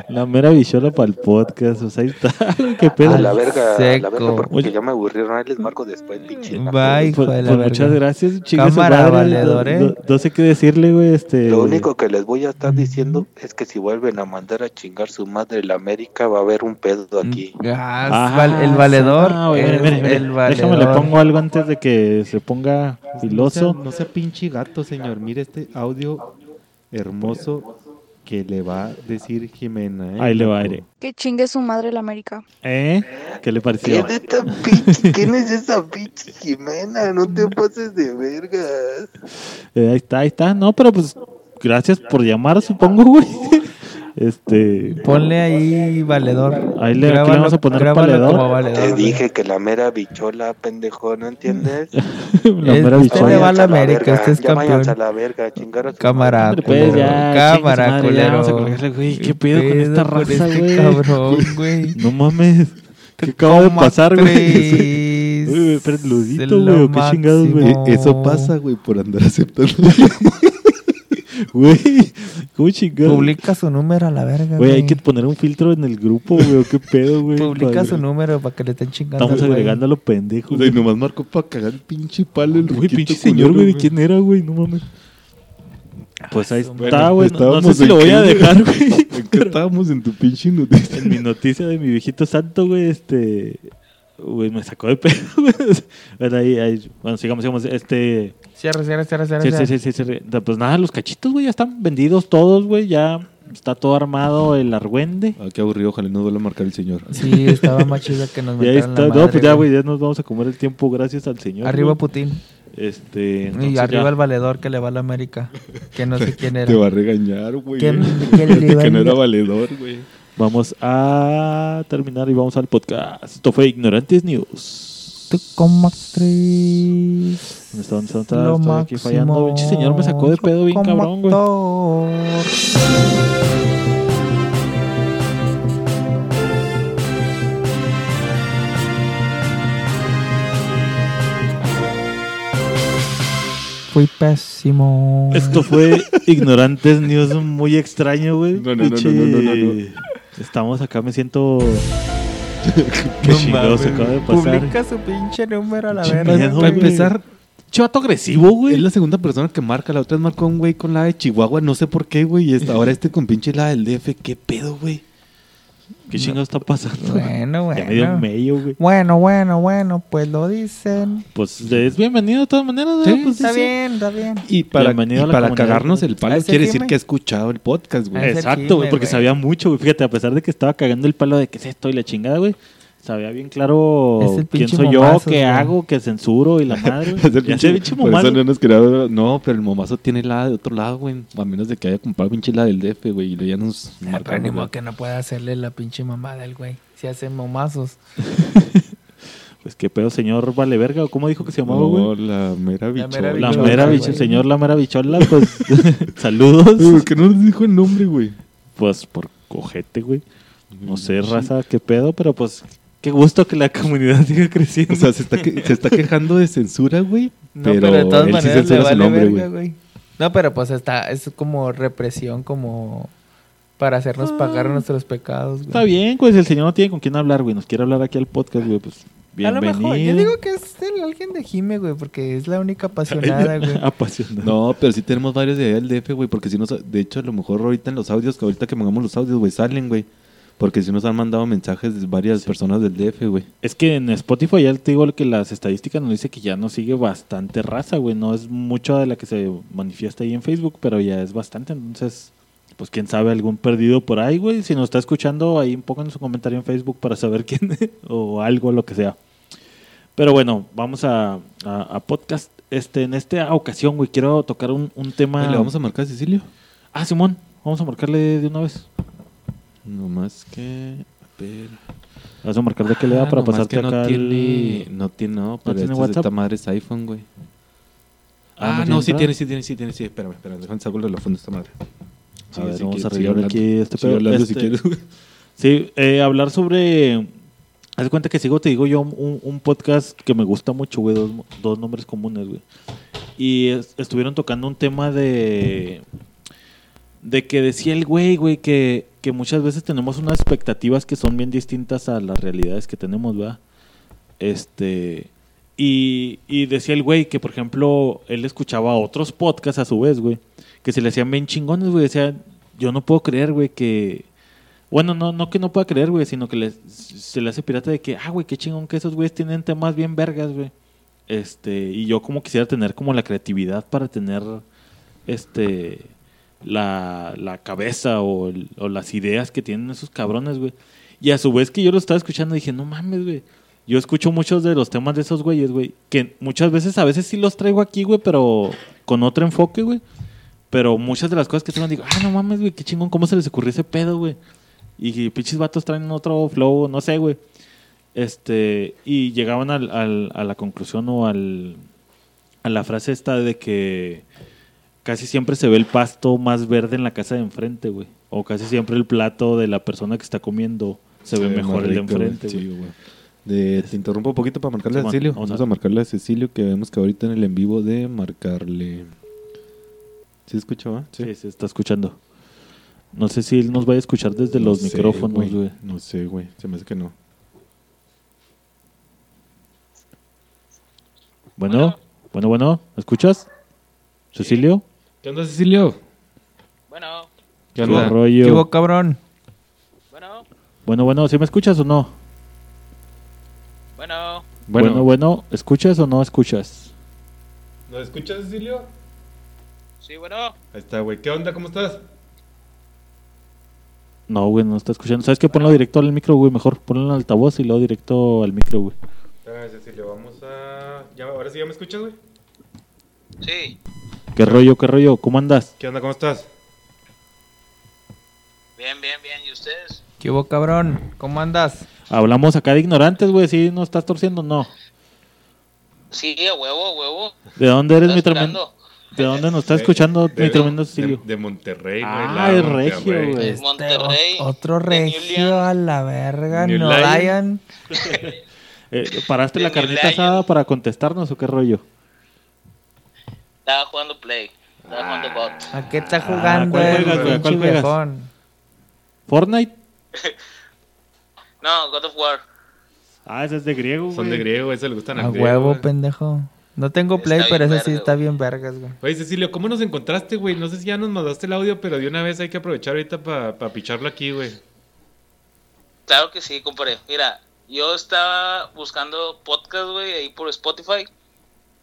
La mera bichola para el podcast, o sea, ahí está. Qué pedo. A la verga, a la verga, Seco. porque Oye. ya me aburrieron. Ahí les marco después, pinche. Bye, hijo Pues- de la pues verga. muchas gracias, chicas. Cámara, valedor, ¿eh? no, no sé qué decirle, güey. Este, Lo único que les voy a estar diciendo es que si vuelven a mandar a chingar su madre la América, va a haber un pedo aquí. Gas, Ah, val- el valedor. ah, güey, mire, es mire, mire, el Déjame le valedor. pongo algo antes de que se ponga No sea, filoso. no sea pinche gato, señor. Mire este audio hermoso que le va a decir Jimena. ¿eh? Ahí le va aire. Que chingue su madre la América. ¿Eh? ¿Qué le pareció? ¿Quién es, esta pinche, ¿Quién es esa pinche Jimena? No Mm. te pases de vergas. Eh, ahí está, ahí está. No, pero pues gracias por llamar, supongo, güey. Este, Ponle ahí valedor. Ahí le- aquí le Grábalo- vamos a poner grábalo valedor. como valedor, Te güey. dije que la mera bichola, pendejo, ¿no entiendes? la Es- mera usted bichola. le va a Váyanse la a la América, verga, usted es ya váyanse a campeón. la verga, a chingar a su Cámara, madre. Pues ya, Cámara, chingue su madre, ya, culero. vamos a colgarle, güey. ¿Qué pedo con esta raza, este güey? cabrón, güey? No mames. ¿Qué acaba de ¿Cómo pasar, güey? crees? Uy, güey, pero el ludito, Es lo Eh, güey, ¿o qué chingados, güey? máximo. E- Eso pasa, güey, por andar aceptando. Güey, ¿cómo chingado? Publica su número a la verga, Güey, hay que poner un filtro en el grupo, güey. ¿o ¿Qué pedo, güey? Publica Para- su número para que le estén chingando. Estamos güey. agregando a lo pendejo, O sea, y güey. nomás marcó para cagar el pinche palo el Güey, ruquito pinche culero, señor, güey, ¿de quién era, güey? No mames. Pues ahí está, Bueno, güey. No- No, sé estábamos si en lo voy a qué, dejar, güey. ¿En qué estábamos en tu pinche noticia? En mi noticia de mi viejito santo, güey, este. Güey, me sacó de pedo, güey. Bueno, ahí, ahí. Bueno, sigamos, sigamos. Este. Cierra, cierra, cierra, cierra. Sí, cierra. sí, sí, sí, sí. Da- Pues nada, los cachitos, güey, ya están vendidos todos, güey. Ya está todo armado el argüende. Ah, qué aburrido, ojalá no vuelva a marcar el señor. Sí, estaba más chido que nos Y ahí metieran está. la No, madre, pues ya, güey, ya nos vamos a comer el tiempo, gracias al señor. Arriba güey. Putin. Este. entonces y ya. arriba el valedor que le va a la América. Que no sé quién era. Te va a regañar, güey. ¿Qué- qué le Fíjate va que a- no era valedor, güey. Vamos a terminar y vamos al podcast. Esto fue Ignorantes News. Tú como actriz. ¿Dónde está? ¿Dónde está? ¿Dónde está? Estoy aquí fallando. Pinche señor me sacó de Yo pedo bien como cabrón, güey. actor. Fui pésimo. Esto fue Ignorantes News, muy extraño, güey. No, no, no, Pinche- no, no, no, no, no. Estamos acá, me siento. Qué No chingados mames, acaba de güey. pasar. Publica su pinche número a la Pues, Pinche verga. miedo, Para güey. güey. empezar, Chivato agresivo, es güey. la segunda persona que marca. La otra vez marcó un güey con la de Chihuahua, no sé por qué, güey. Y esta- ahora este con pinche la del DF, qué pedo, güey. ¿Qué chingados está pasando? Bueno, Ya me dio bueno. medio, güey. Bueno, bueno, bueno, pues lo dicen. Pues es bienvenido de todas maneras, güey. Sí, pues, Está sí. bien, está bien. Y para, Bienvenido y a la para comunidad, cagarnos güey. el palo, Ese quiere decir chisme. que ha escuchado el podcast, Ah, güey. ese Exacto, chisme, güey, porque güey. sabía mucho, güey. Fíjate, a pesar de que estaba cagando el palo de qué es esto y la chingada, güey. Sabía bien claro Es el quién pinche soy momazos, yo, qué güey. hago, qué censuro y la madre. Es el güey. Ya sé, pinche por momazo. eso no nos quería ver- No, pero el momazo tiene la de otro lado, güey. A menos de que haya comprado pinche la del DF, güey. Y luego ya nos Ah, pero ni modo marcamos. que no pueda hacerle la pinche mamada del güey. Si hace momazos. Pues qué pedo, señor Vale Verga, o cómo dijo que se llamaba, güey. No, la mera La bichola. bichola, mera güey. bichola, señor, la mera bichola, pues saludos. ¿Por qué no nos dijo el nombre, güey? Pues por cojete, güey. No sé, raza, qué pedo, pero pues qué gusto que la comunidad siga creciendo. O sea, se está, que- se está quejando de censura, güey. No, pero, de todas él sí maneras le censura su vale nombre, verga, güey. No, pero pues está, es como represión, como para hacernos Ah, pagar nuestros pecados, güey. Está bien, pues el señor no tiene con quién hablar, güey. Nos quiere hablar aquí al podcast, güey, pues A lo bienvenido. mejor, yo digo que es el alguien de Jime, güey, porque es la única apasionada, güey. Apasionado. No, pero sí tenemos varios de allá del DF, güey, porque si nos... De hecho, a lo mejor ahorita en los audios, que ahorita que pongamos los audios, güey, salen, güey. Porque si nos han mandado mensajes de varias personas del DF, güey. Es que en Spotify ya te digo que las estadísticas nos dice que ya nos sigue bastante raza, güey. No es mucha de la que se manifiesta ahí en Facebook, pero ya es bastante. Entonces, pues quién sabe, algún perdido por ahí, güey. Si nos está escuchando, ahí pongan su comentario en Facebook para saber quién es, o algo, lo que sea. Pero bueno, vamos a, a- a podcast. Este, en esta ocasión, güey, quiero tocar un, un tema. Oye, ¿Le vamos a marcar a Cecilio? Ah, Simón, vamos a marcarle de una vez. No más que... Pero... Vamos a marcar de qué le da Ah, para nomás pasarte que no acá. el- tiene... No tiene, no, pero tiene esta, es- WhatsApp? esta madre es iPhone, güey. Ah, Ah, ¿no no, sí tiene tiene, sí tiene, sí tiene, sí. Espérame, espérame, déjame sacarlo de la funda esta madre. A Sigue, ver, sigue, vamos a sigue arreglar hablando. aquí este Sigue pedo. hablando si Este, quieres, güey. Sí, eh, hablar sobre. Haz de cuenta que sigo, te digo yo, un, un podcast que me gusta mucho, güey, dos, dos nombres comunes, güey. Y es- estuvieron tocando un tema de. De que decía el güey, güey, que, que muchas veces tenemos unas expectativas que son bien distintas a las realidades que tenemos, ¿verdad? Este. Y, y decía el güey que, por ejemplo, él escuchaba otros podcasts a su vez, güey, que se le hacían bien chingones, güey. Decía, yo no puedo creer, güey, que, bueno, no, no que no pueda creer, güey, sino que les- se le hace pirata de que, ah, güey, qué chingón que esos güeyes tienen temas bien vergas, güey. Este, y yo como quisiera tener como la creatividad para tener, este, la, la cabeza o, el- o las ideas que tienen esos cabrones, güey. Y a su vez que yo lo estaba escuchando, dije, no mames, güey. Yo escucho muchos de los temas de esos güeyes, güey. Que muchas veces, a veces sí los traigo aquí, güey, pero con otro enfoque, güey. Pero muchas de las cosas que tengo, digo, ah, no mames, güey, qué chingón, ¿cómo se les ocurrió ese pedo, güey? Y pinches vatos traen otro flow, no sé, güey. Este, y llegaban al- al- a la conclusión o al, a la frase esta de que casi siempre se ve el pasto más verde en la casa de enfrente, güey. O casi siempre el plato de la persona que está comiendo se ve Sí, mejor más el de rico, güey. enfrente, Sí, güey. güey. De- te interrumpo un poquito para marcarle a Simón, Cecilio. vamos Vamos, a- a marcarle a Cecilio que vemos que ahorita en el en vivo de marcarle. ¿Sí escucha, va? Sí. se está escuchando. No sé si él nos vaya a escuchar desde No los sé, micrófonos, güey. No sé, güey. Se me hace que no. Bueno, bueno, bueno, ¿me ¿escuchas? Cecilio, ¿Qué onda, Cecilio? Bueno, ¿Qué ¿Qué onda? ¿Qué rollo? hubo, cabrón? bueno, Bueno, bueno, ¿sí me escuchas o no? bueno. Bueno, bueno, ¿escuchas o no escuchas? ¿Nos escuchas, Cecilio? Sí, bueno. Ahí está, güey. ¿Qué onda? ¿Cómo estás? No, güey, no está escuchando. ¿Sabes qué? Ponlo directo al micro, güey. Mejor ponlo en el altavoz y luego directo al micro, güey. Cecilio, vamos a. ¿Ahora sí ya me escuchas, güey? Sí, ¿Qué rollo, qué rollo? ¿Cómo andas? ¿Qué onda? ¿Cómo estás? bien, bien, bien. ¿Y ustedes? ¿Qué hubo, cabrón? ¿Cómo andas? Hablamos acá de ignorantes, güey. ¿Sí nos estás torciendo? No. Sí, a huevo, a huevo. ¿De dónde eres Estaba mi tremendo? esperando. ¿De dónde nos está escuchando mi tremendo Cecilio? Eh, De, Monterrey, güey. Ah, la es Monterrey. regio, güey. Este, Monterrey, o- otro de New regio León. a la verga, New no Lion. Lion. Eh, ¿Paraste De la mi carnita Lion. asada para contestarnos o qué rollo? Estaba jugando Play. Estaba jugando Ah. bot. ¿A qué Ah, está jugando ¿cuál el juegas, güey? pinche ¿Cuál juegas? viejón? ¿Fortnite? No, God of War. Ah, ese es de griego, güey. Son de griego, ese le gustan A al griego, huevo, güey. pendejo. No tengo Está play, bien pero ese verga, sí está güey. bien vergas, güey. Oye, Cecilio, ¿cómo nos encontraste, güey? No sé si ya nos mandaste el audio, pero de una vez hay que aprovechar ahorita para picharlo aquí, güey. Claro que sí, compadre. Mira, yo estaba buscando podcast, güey, ahí por Spotify.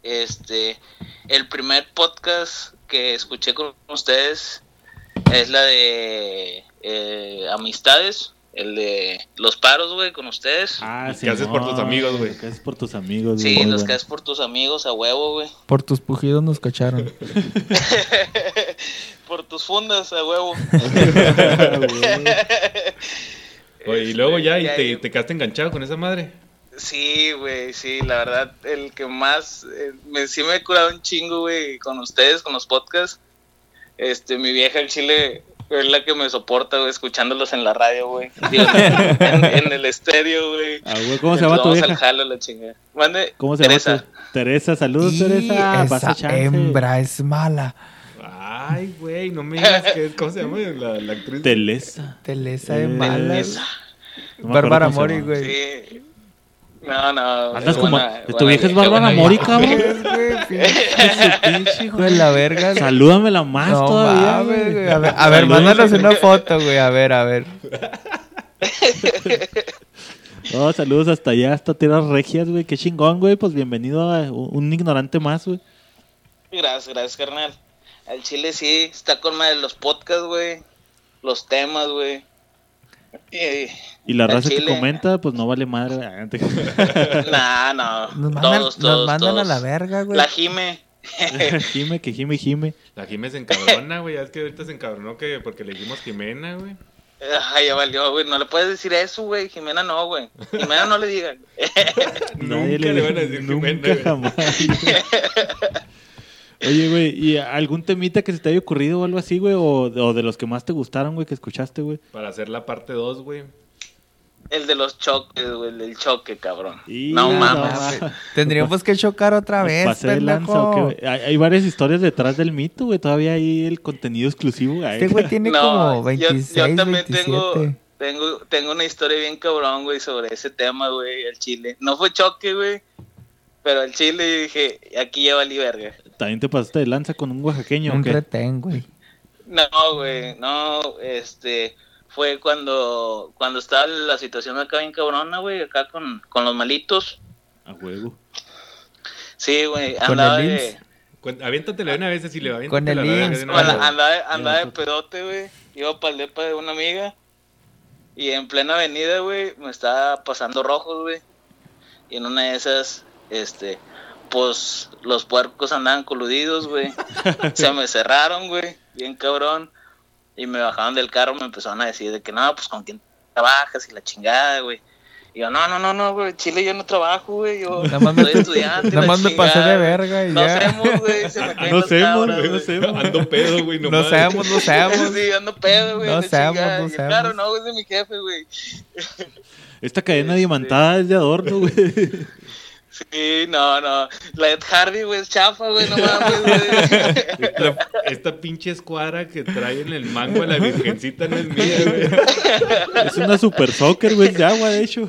Este, el primer podcast que escuché con ustedes es la de eh, Amistades, el de Los Paros, güey, con ustedes. Ah, ¿Qué haces por tus amigos, güey? ¿Qué haces por tus amigos, sí, güey? los Bueno. que haces por tus amigos a huevo, güey. Por tus pujidos nos cacharon. por tus fundas a huevo. Oye, y luego ya, y Este, te, te quedaste enganchado con esa madre. Sí, güey, sí, la verdad, el que más, eh, me, sí me he curado un chingo, güey, con ustedes, con los podcasts. Este, mi vieja, el chile, es la que me soporta, güey, escuchándolos en la radio, güey. Digo, en, en el estéreo, güey. Ah, güey, ¿Cómo se llama tu Entonces, Vamos al vieja? jalo, la chingada. Mande, ¿Cómo se Teresa. llama tu Teresa, saludos, Y Teresa. Vas a esa chance. hembra es mala. Ay, güey, no me digas que es, ¿cómo se llama la, la actriz? Telesa. Telesa Eh, es mala. esa. No me Bárbara acuerdo cómo se Mori, llama. güey. Sí. No, no. Andas es como. buena- ¿Tu buena vieja es vieja, Bárbara buena Mori, vieja. cabrón? Es, güey, pinche hijo de la verga. Salúdamela más No todavía. mames, güey. güey. A ver, a ver, mándanos una foto, güey. A ver, a ver. No, saludos hasta allá, hasta Tierras Regias, güey. Qué chingón, güey. Pues bienvenido a un un ignorante más, güey. Gracias, gracias, carnal. Al chile sí, está con madre los podcasts, güey. Los temas, güey. Eh, Y la Al raza que chile. comenta, pues no vale madre. güey. Ah, te- nah, no. Nos mandan, todos, nos todos, mandan todos. a la verga, güey. La Jime. Jime, que Jime, Jime. La Jimé se encabrona, güey. ya Es que ahorita se encabronó que porque le dijimos Jimena, güey. Ay, ya valió, güey. No le puedes decir eso, güey. Jimena no, güey. Jimena no le digan. Nunca le van a decir Jimena, Nunca güey. jamás. güey. Oye, güey, ¿y algún temita que se te haya ocurrido o algo así, güey? O, o de los que más te gustaron, güey, que escuchaste, güey. Para hacer la parte 2, güey. El de los choques, güey. El del choque, cabrón. Y- no no mames. mames. Tendríamos que chocar otra Me vez, pasé de lanza, ¿o qué, pendejo. güey? hay, hay varias historias detrás del mito, güey. Todavía hay el contenido exclusivo. güey. Este güey tiene No, como yo- 26, yo, también 27. tengo, tengo, tengo una historia bien cabrón, güey, sobre ese tema, güey, al chile. No fue choque, güey, pero al chile dije, aquí ya valí verga. También te pasaste de lanza con un oaxaqueño, Un ¿o qué? retén, güey. No, güey, no, este, fue cuando, cuando estaba la situación acá bien cabrona, güey, acá con, con los malitos. A huevo. Sí, güey, ¿Con andaba el de... IMSS? Cuenta- Aviéntatela de una vez así le va bien. Con el IMSS, No, Bueno, no. andaba, de- andaba de pedote, güey. Iba para el depa de una amiga. Y en plena avenida, güey, me estaba pasando rojos, güey. Y en una de esas, este, pues los puercos andaban coludidos, güey. Se me cerraron, güey, bien cabrón. Y me bajaron del carro, me empezaron a decir de que no, pues con quién trabajas y la chingada, güey. Y yo, no, no, no, no, güey, Chile yo no trabajo, güey, yo Nada más me- soy estudiante. y nada la más me pasé chingada, de güey. verga y No ya. hacemos, güey, se me caen No las hacemos, cabras, güey, no güey. hacemos. Ando pedo, güey, No sabemos, no sabemos. Sí, ando pedo, güey. No la seamos, chingada. no Y Claro, seamos. no, es de mi jefe, güey. Esta Este. cadena diamantada es de adorno, güey. Sí, no, no. La Ed Hardy, güey, es chafa, güey, no mames, güey. Esta, esta pinche escuadra que trae en el mango a la virgencita no es mía, güey. Es una super soccer, güey, de agua, de hecho.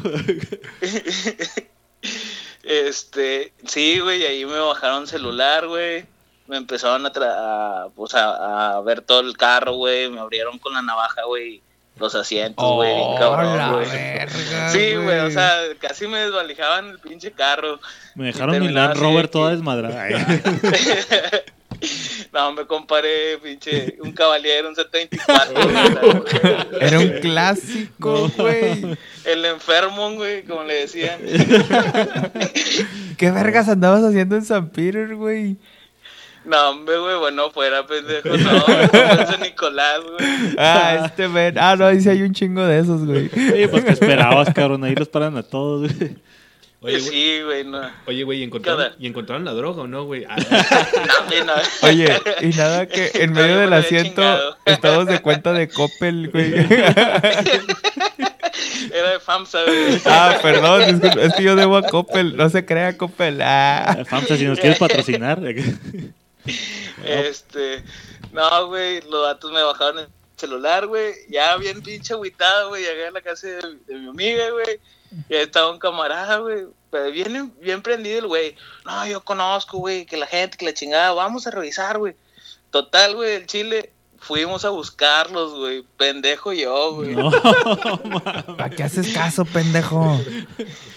Este, sí, güey, ahí me bajaron celular, güey. Me empezaron a, tra- a, pues, a, a ver todo el carro, güey. Me abrieron con la navaja, güey. Los asientos, Oh, güey, bien cabrón, la güey. verga. Sí, güey, o sea, casi me desvalijaban el pinche carro. Me Y dejaron mi terminaba Land así de Rover toda que- desmadrada. Ay, No, me comparé, pinche, un caballero, un 724. güey. Era un clásico, güey. El enfermo, güey, como le decían. ¿Qué vergas andabas haciendo en San Peter, güey? No, hombre, güey, bueno, fuera, pendejo. No, güey, como en San Nicolás, güey. Ah, este men. Ah, no, dice hay un chingo de esos, güey. Sí, pues que esperabas, cabrón. Ahí los paran a todos, güey. Oye, güey, sí, güey, no. No, oye, güey, ¿y, encontraron, onda? ¿y encontraron la droga o no, güey? Ah, hombre, no. Oye, y nada que en No, medio yo me del lo había asiento chingado. estamos de cuenta de Coppel, güey. Era de FAMSA, güey. Ah, perdón, disculpe, es que yo debo a Coppel, no se crea Coppel. Ah. Eh, Famsa, si nos quieres patrocinar. Este, no, güey, los datos me bajaron el celular, güey. Ya bien pinche agüitado, güey. Llegué a la casa de, de mi amiga, güey. Y ahí estaba un camarada, güey. Pero bien, bien prendido el güey. No, yo conozco, güey, que la gente, que la chingada, vamos a revisar, güey. Total, güey, el chile. Fuimos a buscarlos, güey. Pendejo yo, güey. No, ¿Para qué haces caso, pendejo?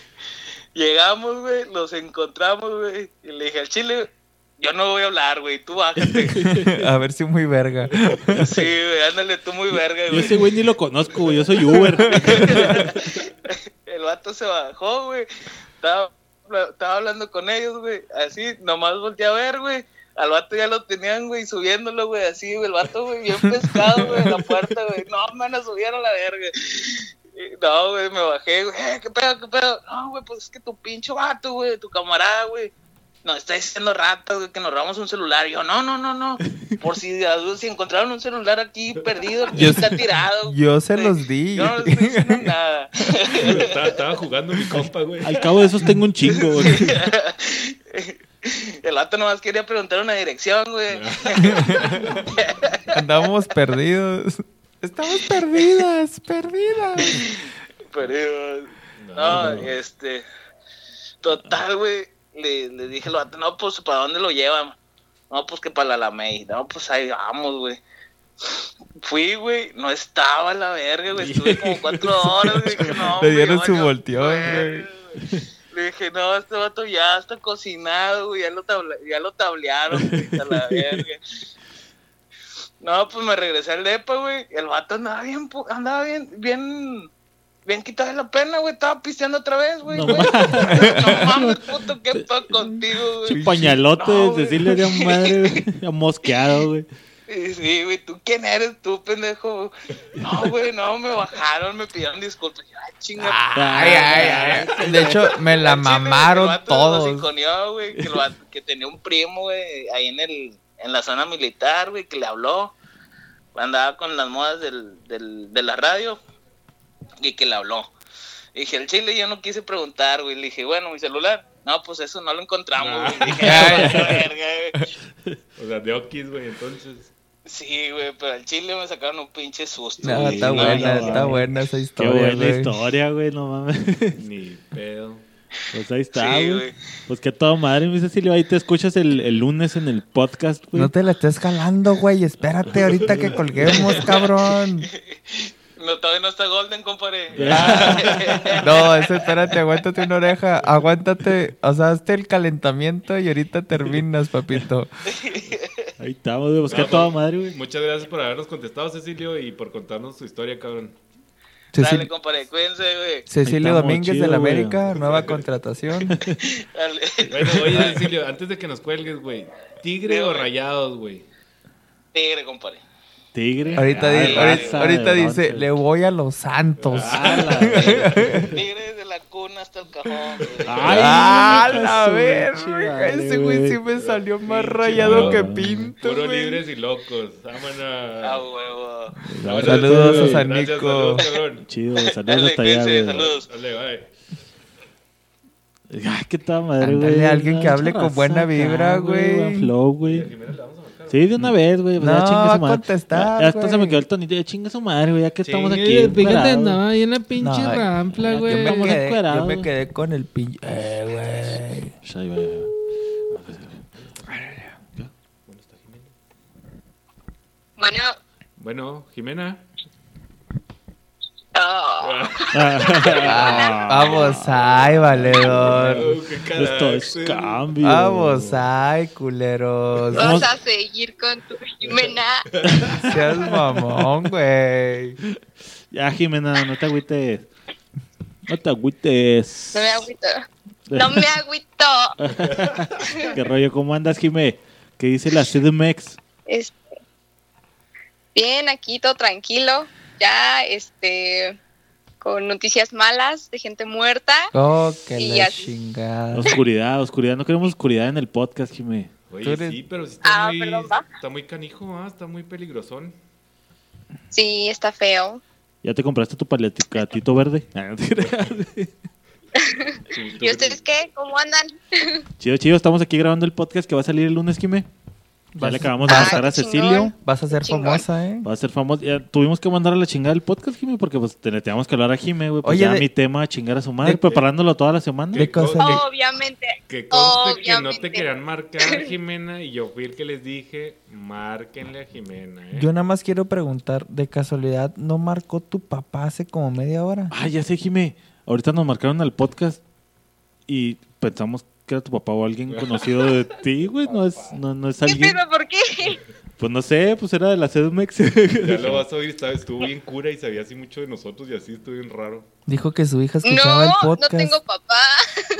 Llegamos, güey, los encontramos, güey. Y le dije al chile, yo no voy a hablar, güey. Tú bájate. A ver si muy verga. sí, güey, ándale tú muy verga, yo güey. ese güey ni lo conozco, güey. Yo soy Uber. El vato se bajó, güey. Estaba, estaba hablando con ellos, güey. Así, nomás volteé a ver, güey. Al vato ya lo tenían, güey, subiéndolo, güey, así, güey. El vato, güey, bien pescado, güey, en la puerta, güey. No, me lo subieron a la verga. Y, No, güey, me bajé, güey. "Eh, ¿Qué pedo, qué pedo? No, güey, pues es que tu pinche vato, güey, tu camarada, güey. Nos está diciendo ratas, güey, que nos robamos un celular. Y yo, no, no, no, no. Por si, las dudas, si encontraron un celular aquí perdido, aquí Yo- está tirado. Yo se güey. los di. Yo no les estoy diciendo nada. estaba, estaba jugando mi compa, güey. Al cabo de esos tengo un chingo, güey. El vato nomás quería preguntar una dirección, güey. Andábamos perdidos. Estamos perdidas, perdidas. Pero, No, no, no. este. Total, güey. Le, le dije al vato, no, pues, ¿para dónde lo llevan? No, pues que para la Alamey. No, pues ahí vamos, güey. Fui, güey. No estaba la verga, güey. Estuve como cuatro horas, güey. dije, no, Le güey, dieron no, su yo- volteón, güey. Le dije, no, este vato ya está cocinado, güey. Ya lo, tabla- ya lo tablearon, güey. A la verga. No, pues me regresé al depa, güey. El vato andaba bien, pu- andaba bien, bien, bien quitado de la pena, güey. Estaba pisteando otra vez, güey. No güey. No mames, puto, qué pedo contigo, Un güey. pañalote, No, güey. decirle a madre, güey. Mosqueado, güey. Y Sí, güey, ¿tú quién eres tú, pendejo? No, güey, no, me bajaron, me pidieron disculpas. Ay, chinga. Ah, Ay, ay, ay. De hecho, me la Al chile, mamaron el vato todos. nos iconeó, güey, que, el vato- que tenía un primo, güey, ahí en, el, en la zona militar, güey, que le habló. Andaba con las modas del, del- de la radio y que le habló. Y dije, el chile yo no quise preguntar, güey. Le dije, bueno, mi celular. No, pues eso no lo encontramos, güey. Le dije, "Ah, vale, verga, güey". O sea, de Oquis, güey, entonces. Sí, güey, pero al chile me sacaron un pinche susto. No, güey. está No, buena, no, está no. buena esa Qué historia. buena güey. historia, güey. No mames. Ni pedo. Pues ahí está, Sí, güey. güey. Pues que a toda madre, mi Cecilio. Ahí te escuchas el, el lunes en el podcast, güey. No te la estés jalando, güey. Espérate ahorita que colguemos, cabrón. No, todavía no está Golden, compadre. No, eso espérate, aguántate una oreja, aguántate, o sea, hazte el calentamiento y ahorita terminas, papito. Ahí estamos, güey. Busqué No, a toda pues, madre, güey. Muchas gracias por habernos contestado, Cecilio, y por contarnos su historia, cabrón. Dale, Cecil- compadre, cuídense, güey. Cecilio Estamos Domínguez chido, de la güey. América, nueva contratación. Dale. Bueno, oye, Cecilio, antes de que nos cuelgues, güey, ¿tigre Sí, o güey. rayados, güey? Tigre, compadre. Tigre. Ahorita, di- Ay, ahorita- raza ahorita dice, le voy a los Santos. Tigre desde la cuna hasta el cajón, güey. ¡Ah, la verga! verga! Ese güey sí me salió más rayado Chingado, madre. que pinto, Puro güey. libres y locos. Vámonos. Ah, huevo. Vámonos, Saludos Cecilio. a Sanico. Gracias, Saludos, cabrón. Chido, saludos Dale, hasta allá, cuídense, güey. saludos. Dale, bye. Ay, qué tal madre, Ándale, güey. alguien que Mucha hable con raza buena acá, vibra, güey. buen flow, güey. Sí, de una vez, güey. pues, ya No, chingue su a madre. contestar, Ya hasta se me güey. quedó el tonito. Ya chingue su madre, güey. Ya que estamos Chingue, aquí. Fíjate, encuerados. andaba ahí en la pinche No, rampla, yo güey. Yo me, Estamos quedé, encuerados, yo me güey. quedé con el pinche. Eh, güey. Sh, ahí va, ahí va. ¿Qué? Bueno, Bueno, Jimena. Ah. Vamos, ay, valedor. Oh, qué Esto es carácter. cambio. Vamos, ay, culeros. Vamos. Vas a seguir con tu Jimena. Seas mamón, güey. Ya, Jimena, no te agüites. No te agüites. No me agüito. No me agüito. ¿Qué rollo? ¿Cómo andas, Jime? ¿Qué dice la CDMX? Este, bien, aquí todo tranquilo. Ya, este, con noticias malas de gente muerta. Oh, que Y la así. chingada. Oscuridad, oscuridad. No queremos oscuridad en el podcast, Jime. Tú Oye, eres- sí, pero sí está Ah, muy, perdón, va. está muy canijo, ah, está muy peligrosón. Sí, está feo. ¿Ya te compraste tu paletito verde? Ah, no te creas. Tú- tú- ¿Y ustedes qué? ¿Cómo andan? chido, chido. Estamos aquí grabando el podcast que va a salir el lunes, Jime. Ya Vas- le acabamos de vas- pasar a Ah, chingón. Cecilio. Vas a ser Chingón. famosa, eh. Va a ser famoso. Ya tuvimos que mandar a la chingada el podcast, Jime, porque pues te- le teníamos que hablar a Jime, güey. Pues Oye, ya de- mi tema, a chingar a su madre, de- preparándolo toda la semana. ¿Qué cosa? Oye. Oh. Obviamente. Oh, Que conste que no te Obviamente. querían marcar, Jimena, y yo fui el que les dije, márquenle a Jimena, ¿eh? Yo nada más quiero preguntar, de casualidad, ¿no marcó tu papá hace como media hora? Ah, ya sé, Jime. Ahorita nos marcaron al podcast y pensamos que era tu papá o alguien conocido de ti, güey. No es, no, no es ¿Qué alguien. pedo? ¿Por qué? Pues no sé, pues era de la Sedmex. Ya lo vas a oír, ¿sabes? Estuvo bien cura y sabía así mucho de nosotros y así estuvo bien raro. Dijo que su hija escuchaba No, el no podcast. tengo papá.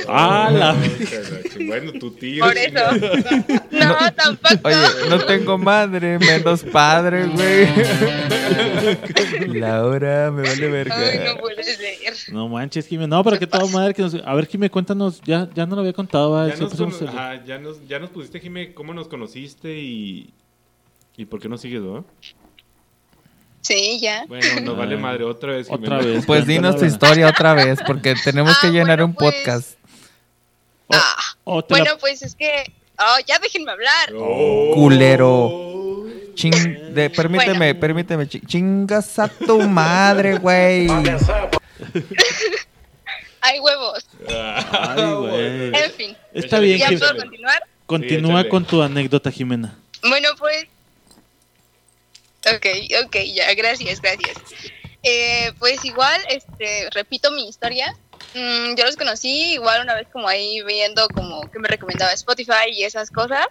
Ah, la- la... Bueno, tu tío. Por eso. No, tampoco. Oye, no tengo madre, menos padre, güey. Laura, me vale verga. Ay, no puede ser. no manches, Jime. No, pero qué toda madre que nos. A ver, Jime, cuéntanos. Ya, ya no lo había contado. va, Ya nos, siempre cono- somos- ajá, ya, nos, ya nos pusiste, Jimé, cómo nos conociste y... ¿Y por qué nos sigues, no? Sí, ya. Bueno, nos Ah. vale madre otra vez, Jimena. Otra vez. Pues dinos tu historia otra vez, porque tenemos que Ah, llenar bueno, un pues. podcast. Ah, O te la- bueno, pues es que. Oh, ya déjenme hablar. Oh. Culero. Ching- de- permíteme, permíteme. chi- Chingas a tu madre, güey. Hay huevos. Ay, Eh, güey. En fin. Está Échale, bien, ¿Ya Jim- Jime. puedo continuar? Continúa échale. con tu anécdota, Jimena. Bueno, pues. Ok, ok, ya, gracias, gracias. Eh, pues igual, este, repito mi historia. Mm, yo los conocí igual una vez como ahí viendo como que me recomendaba Spotify y esas cosas.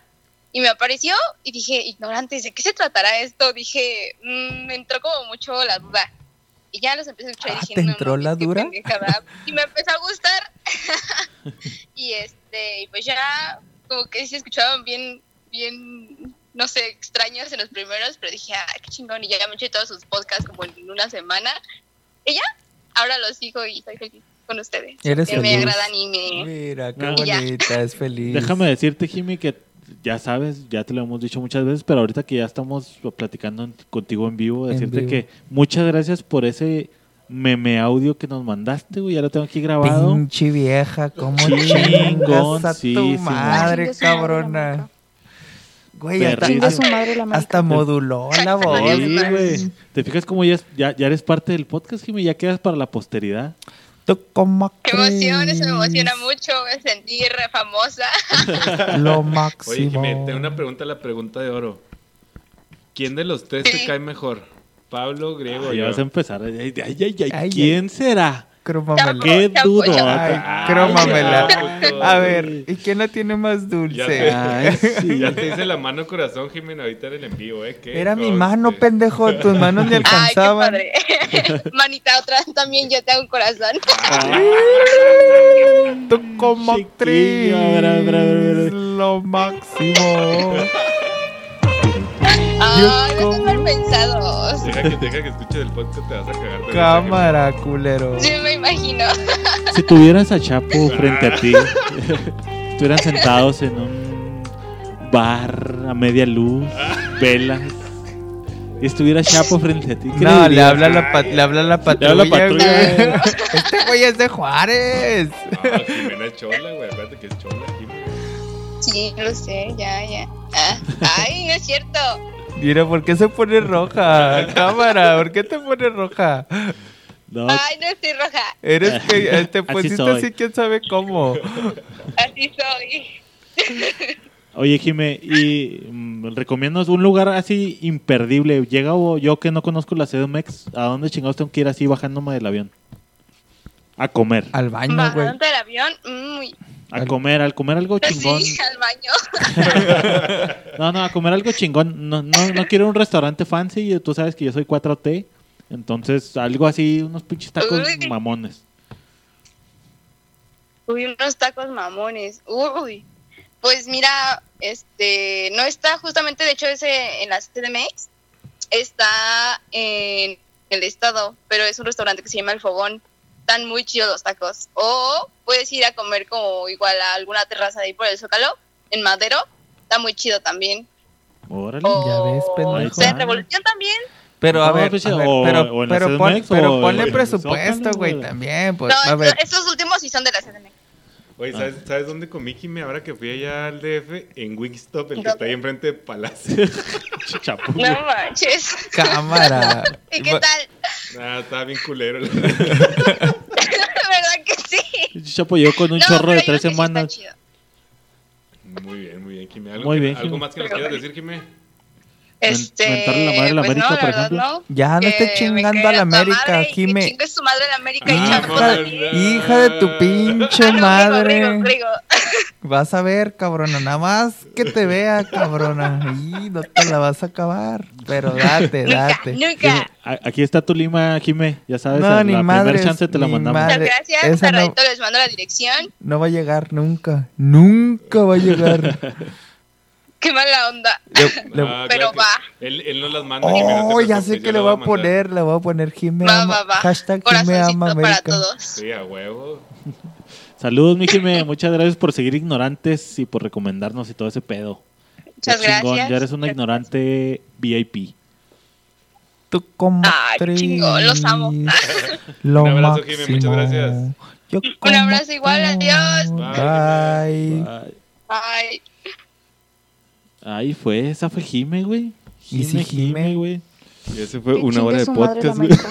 Y me apareció y dije, ignorantes, ¿de qué se tratará esto? Dije, mm, me entró como mucho la duda. Y ya los empecé a escuchar Ah, y dije, ¿te no entró mames, la qué dura? pendejada. Y me empezó a gustar. y este, y pues ya como que se escuchaban bien, bien, no sé, extraños en los primeros, pero dije, ah, qué chingón, y ya me eché todos sus podcasts como en una semana. Y ya, ahora los sigo y estoy feliz con ustedes. Eres que me feliz. agradan y me... Mira, qué Ah. Y ya. bonita, es feliz. Déjame decirte, Jimmy, que ya sabes, ya te lo hemos dicho muchas veces, pero ahorita que ya estamos platicando en- contigo en vivo, En decirte vivo. que muchas gracias por ese meme audio que nos mandaste, güey. Ya lo tengo aquí grabado. Pinche vieja, cómo Chingón, chingas a sí, tu sí, madre, madre. cabrona. Güey, hasta, Perrísimo. Chingue hasta, su madre la América. hasta moduló la voz. Sí, Ay, güey. ¿Te fijas cómo ya, es- ya, ya eres parte del podcast, Jimmy? Ya quedas para la posteridad. ¿Tú cómo Qué emoción, crees? eso me emociona mucho, me sentí re famosa. Lo Oye, máximo. Jimé, tengo una pregunta, la pregunta de oro. ¿Quién de los tres te Sí. cae mejor? Pablo Griego. Ya yo. vas a empezar. Ay, ay, ay, ay, Ay, ¿Quién será? Crómamela. Qué Chapo, duda. chapo. Ay, crómamela. chapo. A ver, ¿y quién la tiene más Ya dulce? sé. Ay, sí. Ya te hice la mano corazón, Jimena, ahorita en el en vivo, ¿eh? ¿Qué Era mi conste? mano, pendejo. Tus manos ni Ay, qué alcanzaban. padre. Manita otra también yo te hago un corazón. Ah. Tu como Chiquillo, actriz. a ver, a ver, a ver, a ver. Lo máximo. Ay, no como- están mal pensados. Deja que, deja que escuches el podcast, te vas a cagar. de risa, Cámara, culero. Sí, me imagino. Si tuvieras a Chapo frente a ti, estuvieran sentados en un bar a media luz, velas, y estuviera Chapo frente a ti, ¿qué No, le dirías? habla, la pat- le habla la Le habla patrulla. la patrulla, güey. eh. Este güey es de Juárez. Jimena. No, Jimena es chola, güey. Acuérdate que es chola, Jimena. Sí, lo sé, ya, ya. Ah, Ay, no es cierto. Mira, ¿por qué se pone roja? Cámara, ¿por qué te pone roja? No, Ay, no estoy roja. Eres que eh, te Así pusiste soy. así, quién sabe cómo. Así soy. Oye, Jime, y mm, recomiendas un lugar así imperdible. Llega o- yo que no conozco la CDMX, ¿a dónde chingados tengo que ir así bajándome del avión? A comer, Al baño, güey. Bajando del avión, muy. a comer, al comer algo chingón. Sí, al baño. No, no, a comer algo chingón. No, no, no quiero un restaurante fancy. Tú sabes que yo soy 4T. Entonces, algo así, unos pinches tacos Uy. mamones. Uy, unos tacos mamones. Uy. Pues mira, este, no está justamente, de hecho, ese en la CDMX. Está en el estado, pero es un restaurante que se llama El Fogón. Están muy chidos los tacos. O puedes ir a comer como igual a alguna terraza de ahí por el Zócalo, en Madero. Está muy chido también. Órale. O ves, pendejo. está en Revolución también. Pero a No, ver, pues, a ver, o- pero, o en la pero, pon- CDMX, pero o en ponle el presupuesto, Zócalo, güey, güey. también. Pues, no, a ver, estos últimos sí son de la CDMX. Oye, Ah. ¿sabes, ¿sabes dónde comí, Jimé? Ahora que fui allá al DF, en Wingstop, el que está ahí enfrente de Palacio. Chapo, güey. No manches. cámara. ¿Y qué tal? Ah, estaba bien culero. la- ¿Verdad que sí? Chapo, yo con un No, chorro pero de yo creo tres que sí está semanas. chido. Muy bien, muy bien, Jimé. ¿Algo, Muy que- bien, ¿algo Jimé. más que nos quieras decir, Jimé? Este, mentarle la madre a la pues América, no, la por verdad, ejemplo. no. Ya no esté Que me chingando caiga a la tu madre América, y que Jime. chingue su madre la América y Ah, Chapo Hija, también. hija de tu pinche Ah, no, madre. Rigo, Rigo, Rigo. Vas a ver, cabrona, nada más que te vea, cabrona. Y no te la vas a acabar. Pero date, Nunca, date. nunca. A- Aquí está tu Lima, Jime. Ya sabes, No, a ni la madres, primera chance te la ni mandamos. Muchas madre, gracias. esa Al no- ratito les mando la dirección. No va a llegar nunca. Nunca va a llegar. Qué mala onda. Le- le- Ah, Pero que va. Él, él no las manda. Jimé, no te oh, ya preocupes, sé yo que le voy a mandar. poner, le voy a poner Jime Va, ama- va, va. Hashtag Jime Corazoncito ama para América. todos. Sí, a huevo. Saludos, mi Jime. Muchas gracias por seguir ignorantes y por recomendarnos y todo ese pedo. Qué Muchas gracias. Ya eres una ignorante VIP. Tu comadre. Ah, chingón, los amo. Lo Un abrazo, máximo. Jime, muchas gracias. Yo Un abrazo como igual, todo. adiós. Bye. Bye. Ay, Ay, Ahí fue, esa fue Jime, güey. Y sí, Jime, Jime, Jime. güey. Y ese Que fue una chingue hora de su madre la podcast, güey. América.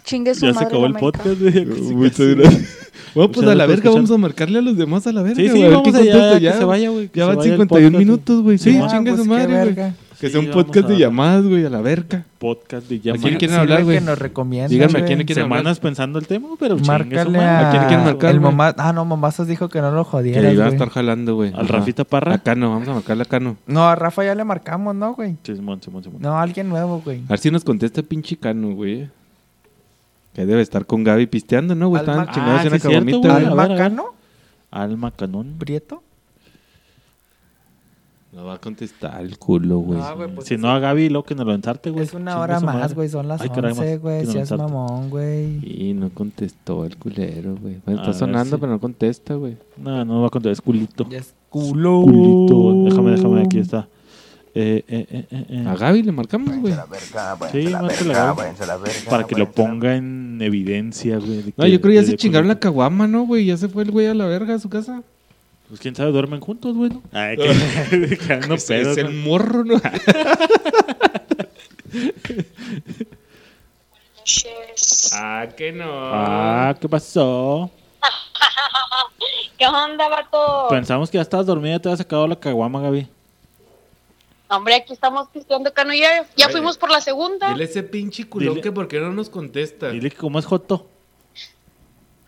chingue su Ya se madre acabó la el América. podcast, güey. ya casi, Muchas casi. gracias. Bueno, pues Muchas a la gracias por verga, vamos a escuchar. marcarle a los demás a la verga. Sí, sí, güey, a ver vamos quién allá, contesta ya, que ya. se vaya, güey. que Ya se van vaya el 51 podcast, minutos, güey. Sí, Ah, chinga pues su qué madre, güey. verga. Que Sí, sea un vamos podcast a- de llamadas, güey, a la verga. Podcast de ¿A quién llamadas. quieren hablar, Sirve güey? que nos recomiendan. Díganme, ¿a quién le quieren hablar? Semanas pensando el tema, pero chingue su Márcale madre. a... ¿A quién le quieren marcar, El güey? mamá... Ah, no, mamazos dijo que no lo Que jodieras, iba a güey. estar jalando, güey. Al Ajá. Rafita Parra. A Cano, vamos a marcarle a Cano. No, a Rafa ya le marcamos, ¿no, güey? Simón, Simón, Simón. No, alguien nuevo, güey. A ver si nos contesta pinche Cano, güey. Que debe estar con Gaby pisteando, ¿no, güey? Alma- Estaban Ah, chingados en sí la es cierto, caguamita, güey. güey. a ver, a ver. ¿Alma Cano? Alma Canón. ¿Prieto? No va a contestar el culo, güey. Ah, güey, pues si es- no a Gaby, lo que nos lo ensarte, güey. Es una Chingue hora su más, madre. güey. Son las Ay, caray, más. 11, güey. Que no Si es tanto. mamón, güey. Y no contestó el culero, güey. Bueno, A está ver, sonando, sí. pero no contesta, güey. No, no va a contar, es culito. Ya es culo. Culito. Déjame, déjame, aquí está. Eh, eh, eh, eh, eh. A Gaby le marcamos, güey. Sí, márcale a Gaby. Para que lo ponga en evidencia, güey. de No, que- yo creo que ya se desde chingaron la culito. caguama, ¿no, güey? Ya se fue el güey a la verga a su casa. Pues quién sabe, duermen juntos, güey. ¿no? Ay, que, que no Ese es el pedo. morro, ¿no? ah, que no. Ah, ¿qué pasó? ¿qué onda, vato? Pensamos que ya estabas dormida y te habías sacado la caguama, Gaby. Hombre, aquí estamos pisteando cano ya. Ya Oye. fuimos por la segunda. Dile a ese pinche culón Dile- que por qué no nos contesta. Dile que como es Joto.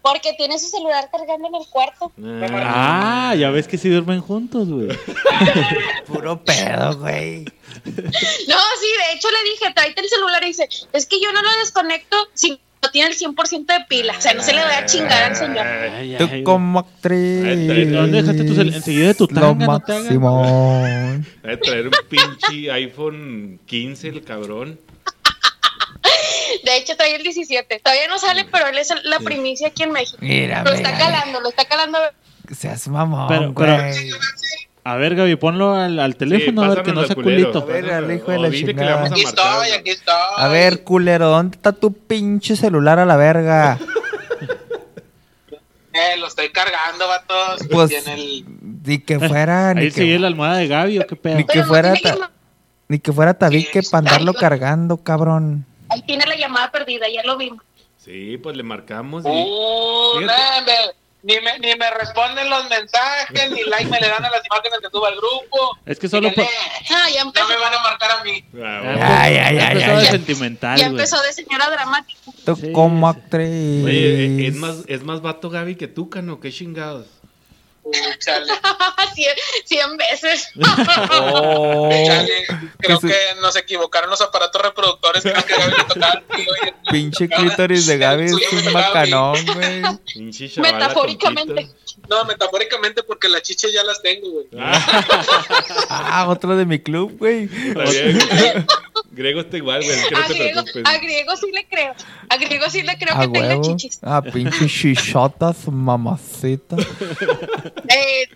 Porque tiene su celular cargando en el cuarto. Ah, ya ves que sí duermen juntos, güey. Puro pedo, güey. No, sí, de hecho le dije, tráete el celular y dice, es que yo no lo desconecto si no tiene el 100% de pila. O sea, no se le va Ah. a chingar al señor. Ay, Tú ay, como actriz. Ay, ¿dónde dejaste tu cel- enseguida de tu Lo tanga, no te hagas? máximo. Ha de traer un pinche iPhone 15, el cabrón. De hecho, trae el 17. Todavía no sale, pero él es la primicia aquí en México. Mira, Lo está mira, calando, lo está calando. Seas mamón, Pero- pero- güey. A ver, Gaby, ponlo al, al teléfono a ver que no sea culito. A ver, al hijo de la chingada. Aquí estoy, aquí estoy. A ver, culero, ¿dónde está tu pinche celular a la verga? Eh, lo estoy cargando, vatos. Pues, Y en el- ni que fuera, ni Ahí sigue que, la almohada de Gaby o qué pedo. Ni- Que Pero no fuera tiene ta- llama- ni que fuera tabique para andarlo cargando, cabrón. Ahí tiene la llamada perdida, ya lo vimos. Sí, pues le marcamos y... Uh, Fíjate. no, me- ni, me, ni me responden los mensajes, ni like me le dan a las imágenes que suba al grupo. Es que solo Díganle, Ah, ya No empezó, me van a marcar a mí. Ah, bueno. Ay, ay, ay, Empezó de ay, ay. sentimental, ya güey. empezó de señora dramática. Tú Sí, como sí. actriz. e, Oye, eh, es más, es más vato Gaby que tú, Cano, qué chingados. Uh, chale, Cien, cien veces. Oh. chale. Creo Que que, se- nos equivocaron los aparatos reproductores. Creo que Gaby le tocaba al tío y el- Pinche clítoris de Gaby es un macanón, güey. Pinche chavala Metafóricamente. con pito. No, metafóricamente porque las chiches ya las tengo, güey. Ah, Ah, otro de mi club, güey. está bien, güey. Grego está igual, güey, que no A te Ah, griego, preocupes. a griego sí le creo. A griego sí le creo A que tenga huevo. chichis. Ah, pinche chichotas, mamacita. Eh,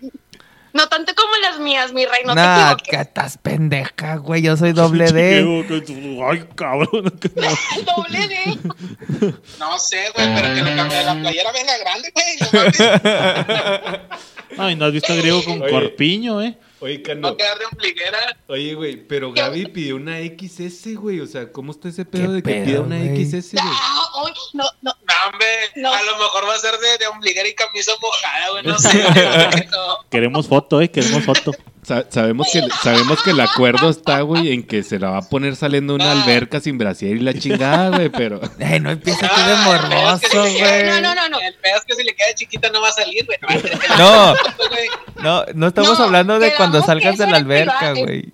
no tanto como las mías, mi rey, no nah, te que estás pendeja, güey. Yo soy doble D. "Oh, Ay, cabrón. equivoques. Doble D. No sé, güey, pero que le cambié la playera venga grande, güey. no mames. Ay, no has visto a Griego con Oye. corpiño, ¿eh? Oye, No Cano, quedar de ombliguera. oye, güey, pero Gaby pidió una XS, güey, o sea, ¿cómo está ese pedo ¿Qué de que pedo, pida una güey? XS, güey? Ah, hoy, no, no. No, hombre, No. a lo mejor va a ser de, de ombliguera y camisa mojada, güey. No sé. güey, no. Queremos foto, ¿eh? Queremos foto. Sa- sabemos, que, sabemos que el acuerdo está, güey, en que se la va a poner saliendo de una alberca sin brasier y la chingada, güey, pero... Eh, no empieces tú de Ah, morboso, pero es que- No, güey. eh, no, no, no. El pedo es que si le queda chiquita no va a salir, güey. No, va a tener que- No, güey. no, no estamos No, hablando de quedamos cuando que salgas eso de la era alberca, privado. güey.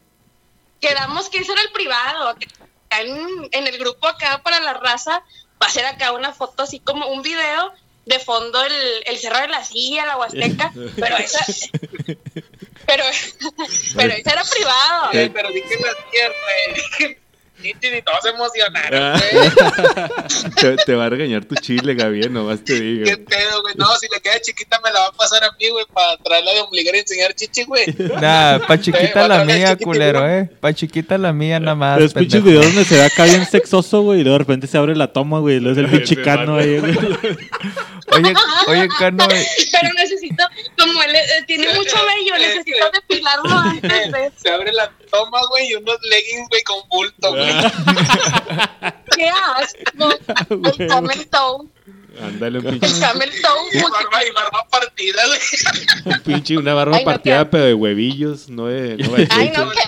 Quedamos que eso era el privado. que acá En, en el grupo acá para la raza va a ser acá una foto así como un video de fondo el, el cerro de la silla, la huasteca, pero esa... Pero, pero esa era privado. Güey, pero di que las tierras, güey. Chichis y todos se emocionaron, Ah. güey. Te, te va a regañar tu chile, Gaby, eh, nomás te digo. ¿Qué pedo, güey? No, si le queda chiquita me la va a pasar a mí, güey, para traerla de ombliguera y enseñar chichi, güey. Nah, pa' chiquita Eh, la otra vez mía, chiquita, culero, güey. eh. Pa' chiquita la mía, nada más. Los pinches pendejo. videos donde se ve acá bien sexoso, güey, y luego de repente se abre la toma, güey, y luego es el Ay, pinche ese cano vato. ahí, güey. Oye, oye, Cano, eh, Pero necesito, como él eh, tiene mucho vello, necesito depilarlo antes de... Se abre la toma, güey, y unos leggings, güey, con bulto, güey. Ah. ¡Qué asco! El camel toe, Ándale, un el pinche, camel toe Y multi- barba, y barba partida, güey. un pinche- una barba Ay, no, partida, qué- pero de huevillos, no de... No de Ay, no, pecho.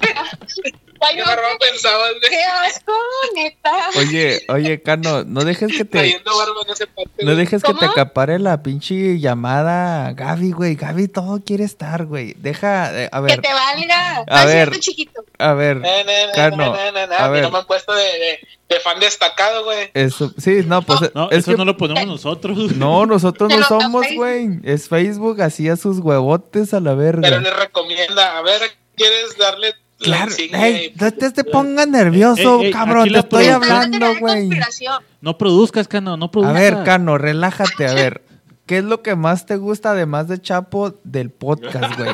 qué asco. Ay, ¿Qué no, barba pensabas, güey? qué asco, neta. oye, oye, Cano, no dejes que te, Trayendo barba en ese parte, no güey. dejes que te ¿Cómo? acapare la pinche llamada Gaby, güey. Gaby todo quiere estar, güey. Deja, eh, a Que ver, te valga. A No es ver. cierto, chiquito. a ver. Eh, no, no, Cano, no, no, no, no, a a mí ver. no me han puesto de, de, de fan destacado, güey. Eso, sí, no, pues eh, No, es eso que no lo ponemos nosotros, güey. No, nosotros Te no lo da somos, Facebook. güey. Es Facebook, hacía sus huevotes a la Pero verga. les recomienda, a ver, ¿quieres darle la Claro, insignia ey, y- no te, te pongas nervioso, Ey, ey, cabrón. aquí Te la estoy producción- No hablando, te güey. conspiración. No produzcas, cano, no A produzcas. ver, Cano, relájate, a ver. ¿Qué es lo que más te gusta, además de Chapo, del podcast, güey?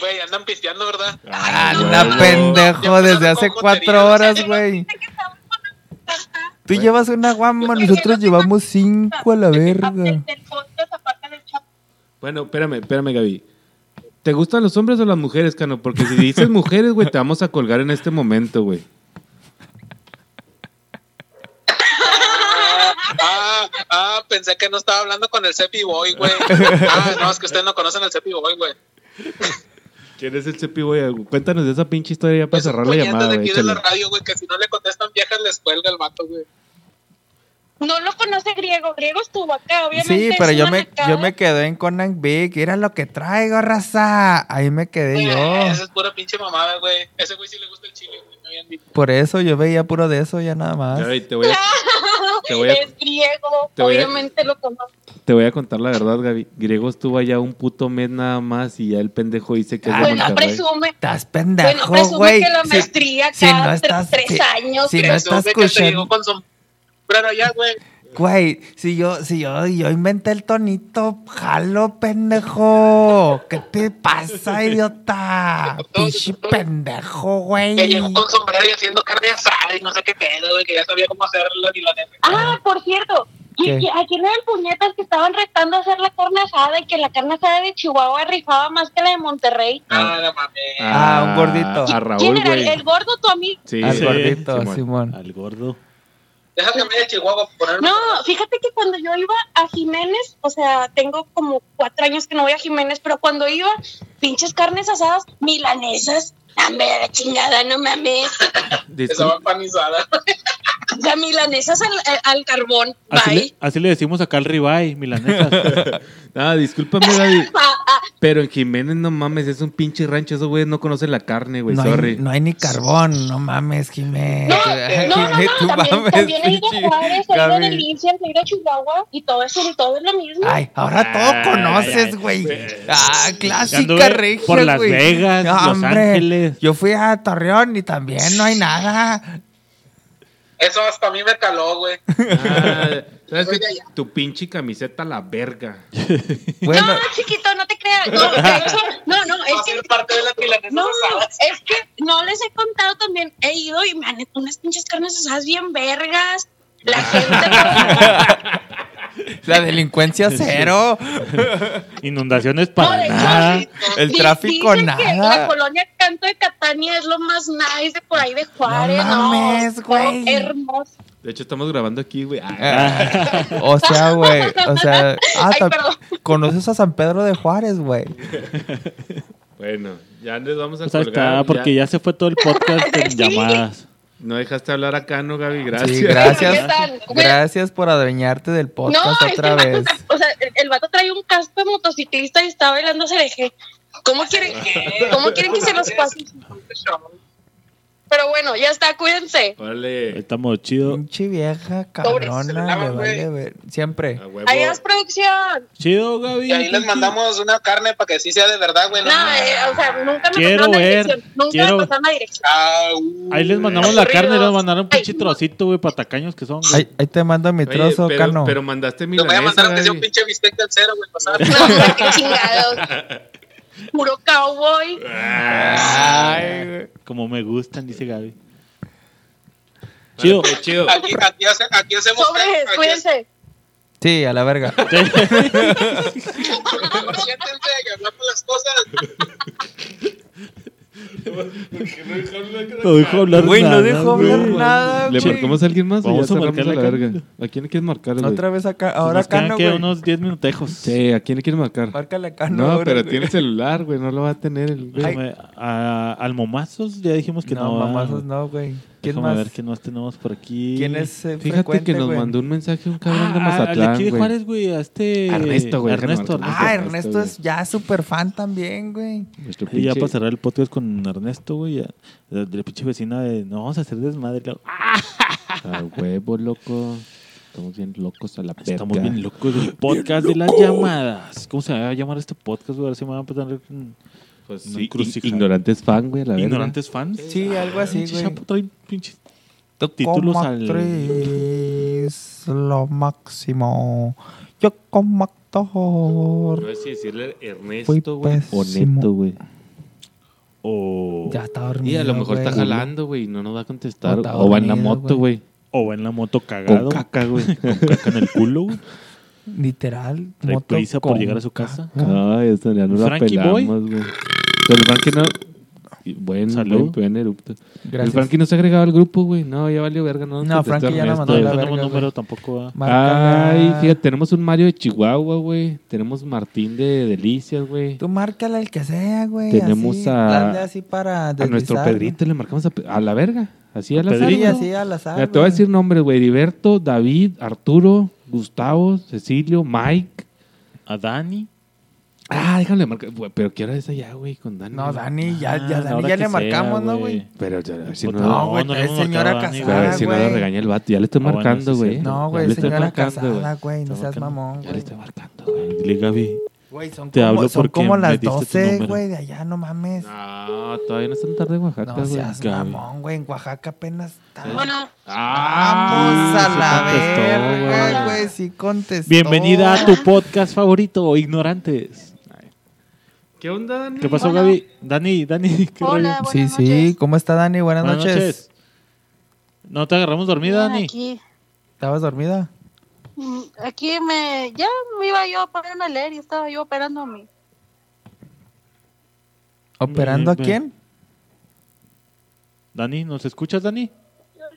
Güey, andan pisteando, ¿verdad? Ah, Anda, huevo. pendejo, Ya desde empezaron hace con cuatro tonterías. horas, güey. Tú llevas una guama, nosotros llevamos cinco a la verga. Del- del podcast, aparte del chapo. Bueno, espérame, espérame, Gaby. ¿Te gustan los hombres o las mujeres, Cano? Porque si dices mujeres, güey, te vamos a colgar en este momento, güey. Ah, ah, pensé que no estaba hablando con el Cepi Boy, güey. Ah, no, es que ustedes no conocen al Cepi Boy, güey. ¿Quién es el Cepi, güey? Cuéntanos de esa pinche historia ya para Es un cerrar la puñetas llamada, de güey. aquí de la échale. radio, güey, que si no le contestan viejas les cuelga el vato, güey. No lo conoce Griego. Griego estuvo acá, obviamente. Sí, pero es yo un me, anacado. yo me quedé en Conan Big. Era lo que traigo, raza. Ahí me quedé eh, Esa yo. es pura pinche mamada, güey. A Ese güey sí le gusta el chile, güey. Me habían dicho. Por eso yo veía puro de eso, ya nada más. Ya, güey, te voy a... Te voy a- Es griego, te voy a- obviamente lo conoce. Te voy a contar la verdad, Gaby. Griego estuvo allá un puto mes nada más y ya el pendejo dice Ah, que es de Bueno, Monterrey. presume. Estás Bueno, pendejo, presume güey. que la Si- maestría si cada no tre- estás- tres si- años. si no Presume estás que te llegó escuchando, con sombrero allá, güey. güey, si yo, si yo, yo inventé el tonito, jalo, pendejo. ¿Qué te pasa, idiota? Pichi pendejo, Que güey. llegó con sombrero y haciendo carne asada y no sé qué pedo, güey, que ya sabía cómo hacerlo ni lo neta. Ah, por cierto. ¿y- ¿Qué? y ¿A quién eran puñetas que estaban retando a hacer la carne asada y que la carne asada de Chihuahua rifaba más que la de Monterrey? Ah, no mames. Ah, un gordito. A ¿Quién Raúl, era? güey. ¿El, el gordo, tu amigo? Sí, Al sí, gordito, Simón. Simón. Al gordo. Deja que me de Chihuahua para ponerme. No, fíjate que cuando yo iba a Jiménez, o sea, tengo como cuatro años que no voy a Jiménez, pero cuando iba, pinches carnes asadas milanesas, hombre, la chingada, no mames. Discul- Estaba panizada. O sea, milanesas al, eh, al carbón, Así bye. le, así le decimos acá al ribeye, milanesas. Ah, discúlpame, Gaby. Ah, ah, Pero en Jiménez, no mames, es un pinche rancho. Esos güeyes no conocen la carne, güey. no, Sorry. hay, no hay ni carbón, no mames, Jiménez. eh, no, no, Jimé, no, tú también, mames, también he ido a pinche Juárez, he ido a Gaby. Delicias, he ido a Chihuahua y todo eso, y todo es lo mismo. Ay, ahora Ay, todo ay, conoces, güey. Ah, Anduve clásica regia, por Las güey. Vegas, Los Ángeles. Yo fui a Torreón y también no hay nada. Eso hasta a mí me caló, güey. Ah, ¿Sabes Oye, qué? Tu pinche camiseta, la verga. Bueno, No, chiquito, no te creas. Eh, No, de hecho, no, no, es Va a que ser parte de las milanesas No, asadas. es que no les he contado también. He ido y me han hecho unas pinches carnes asadas bien vergas. La gente. la delincuencia cero. Inundaciones No, para de hecho, nada. di- El tráfico, dicen que nada. la colonia Canto de Catania es lo más nice de por ahí de Juárez. No No mames, no, güey. Hermoso. De hecho, estamos grabando aquí, güey. Ah, Ah, o sea, güey, o sea, ah, Ay, tam- perdón. conoces a San Pedro de Juárez, güey. bueno, ya les vamos a Pues ahí colgar, está, porque ya se fue todo el podcast en llamadas. No dejaste hablar acá, ¿no, Gaby? Gracias. Sí, Bueno, gracias. ya están. Güey. Gracias por adueñarte del podcast no, es que otra el vez. vato, o sea, el, el vato trae un casco de motociclista y está bailando se deje. ¿Cómo quieren, ¿Cómo quieren que se los pase? Pero bueno, ya está, cuídense. Órale. Estamos chido. Pinche vieja, Pobres, se cabrona, la lavan, le vale ver. Siempre. A huevo. Adiós, producción. Chido, Gaby. Y ahí les mandamos una carne para que sí sea de verdad, güey. No, eh, o sea, nunca me Quiero pasaron la ver, dirección. Nunca quiero- me pasaron la dirección. Ah, uh, Ahí les mandamos la Aburridos. carne, les mandaron un pinche Ay. trocito, güey, para tacaños que son. güey. Ahí, ahí te mando mi Oye, trozo, pero, Cano. pero mandaste Te voy a milanesa, mandar aunque sea un Gaby. pinche bistec del cero, güey. pasar. No, hombre, qué chingados. Puro cowboy. Ay, güey. Como me gustan, dice Gaby. Chido. Pues, chido. Aquí, aquí, hace- aquí hacemos Sobre, aquí- cuídense. Sí, a la verga. Siéntense y hablamos las cosas. No dejo hablar Güey, no nada, dejo güey. hablar nada, ¿Le güey. marcamos a alguien más? o Vamos ya a cerramos marcarle la a Cano. verga? ¿A quién le quieres marcar, güey? Otra vez acá. Pues Ahora nos quedan Cano, que güey. unos 10 minutejos. Sí, ¿a quién le quieres marcar? Márcale a Cano. No, ahora, pero Ah, güey. tiene celular, güey. No lo va a tener el güey. Déjame, a- al momazos ya dijimos que no. No, ah. ¿verdad? mamazos no, güey. ¿Quién Déjame más? ver qué más tenemos por aquí. ¿Quién es eh, Fíjate que frecuente, nos güey? mandó un mensaje un cabrón de Ah, al de Mazatlán, aquí de güey. Juárez, güey, a este... Ernesto, güey, déjame Ernesto, marcarle. Ernesto. Ah, Ernesto, Ernesto es ya súper fan también, güey. Nuestro Y ya pinche- para cerrar el podcast con Ernesto, güey, ya, de de la pinche vecina de, no, vamos a hacer desmadre. la- Ah, A huevo, loco. Estamos bien locos a la perca. Estamos bien locos del podcast de las llamadas. ¿Cómo se va a llamar este podcast, güey? Ahora sí me van a poner mm, Pues Una sí, crucija. in- ignorantes fan, güey, a la verga. ignorantes fans. Sí, algo así, Pinche güey. chapo trae pinche- Tú Títulos como al- actriz, lo máximo. Yo como actor. No sé si decirle Fui Ernesto, güey. O pésimo. Neto, güey. O, Ya está dormido. Y a lo mejor güey. está jalando, güey. y No nos va a contestar. O está o va en la dormido, moto, güey. o va en la moto Con cagado. caca, güey. con caca en el culo. güey. Literal. Trae moto prisa por con llegar a su casa. caca. Ay, eso ya no la Frankie Boy. pelamos, güey. Pero el Frankie no... Y Buen, Salud. buen, buen eructo. El Gracias. Frankie no se ha agregado al grupo, güey. No, ya valió verga. No, nos No, contestó Frankie ya no Ernesto. mandó Todavía la no verga, tenemos número güey. tampoco. ¿ah? Márcala. Ay, fíjate, tenemos un Mario de Chihuahua, güey. Tenemos Martín de Delicias, güey. Tú márcala el que sea, güey. Tenemos así, a- dale así para A nuestro deslizar, Pedrito le marcamos a, Pe- a la verga. Así a la ¿no? Pedrito. Sí, así al azar. Mira, te voy a güey. decir nombres, güey. Heriberto, David, Arturo, Gustavo, Cecilio, Mike. A Dani. Ah, déjame marcar. güey, Pero quiero esa ya, güey, con Dani. No, Dani, ya, Ah, ya, la Dani, hora ya que le sea, marcamos, ¿no, güey? Pero ya, a ver si no, Puta, No, güey, le es hemos señora marcado a Dani, pero a ver casada, si no güey. lo regaña el vato. Ya le estoy Ah, bueno, marcando, sí, güey. cierto. No, Ya güey, le estoy señora marcando, güey. casada, güey. No seas mamón, Ya le güey. estoy marcando, güey. Dile, Gaby. Güey, son Te como, hablo son porque como me las diste tu 12, número. güey, de allá, no mames. No, todavía no están tarde en Oaxaca, No güey. seas Gaby. mamón, güey. En Oaxaca apenas está. Bueno, Ah, Vamos a sí la contestó, verga, güey. güey. Sí contestó. Bienvenida a tu podcast favorito, Ignorantes. ¿Qué onda, Dani? ¿Qué pasó, Hola. Gaby? Dani, Dani, ¿qué hola, rollo? buenas Sí, noches. sí. ¿Cómo está, Dani? Buenas, Buenas noches. noches. ¿No te agarramos Bien, dormida, Dani? Aquí, ¿Estabas dormida? Mm, aquí me, ya me iba yo a ponerme a leer y estaba yo operando a mi, ¿Operando a Bien, quién? bien. Dani, ¿nos escuchas, Dani?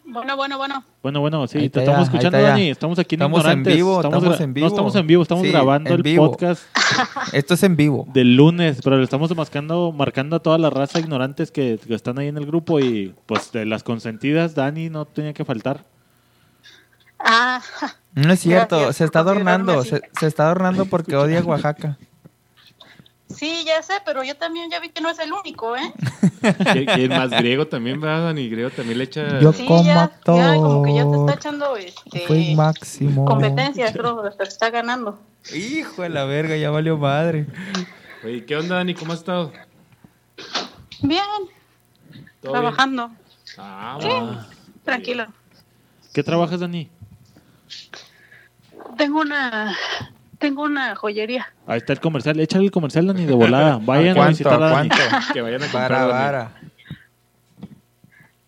bueno, bueno, bueno, Bueno, bueno, sí, Ahí te está estamos ya, ahí escuchando, está ya. Dani. Estamos aquí en Estamos en Ignorantes. vivo, estamos gra- en vivo. No estamos en vivo, estamos Sí, grabando en el vivo. podcast Esto es en vivo. del lunes, pero le estamos marcando, marcando a toda la raza ignorantes que, que están ahí en el grupo y pues de las consentidas, Dani no tenía que faltar. ah, No es cierto, Gracias se está por considerarme adornando, así. se, se está adornando porque odia Oaxaca. sí, ya sé, pero yo también ya vi que no es el único, ¿eh? ¿Quién- quién más griego también, ¿verdad, Dani? Griego también le echa. Yo Sí, como ya, ya, como que ya te actor, está echando, este, fui máximo. competencia, todo, te está ganando. Hijo de la verga, ya valió madre. Oye, ¿qué onda, Dani? ¿Cómo has estado? Bien, ¿Todo trabajando, bien? Ah, Ah, tranquilo. ¿Qué trabajas, Dani? Tengo una, tengo una joyería. Ahí está el comercial, échale el comercial, Dani, de volada. Vayan a, ¿Cuánto, visitar a Dani. cuánto? que vayan a comprar. Vara, Dani. vara.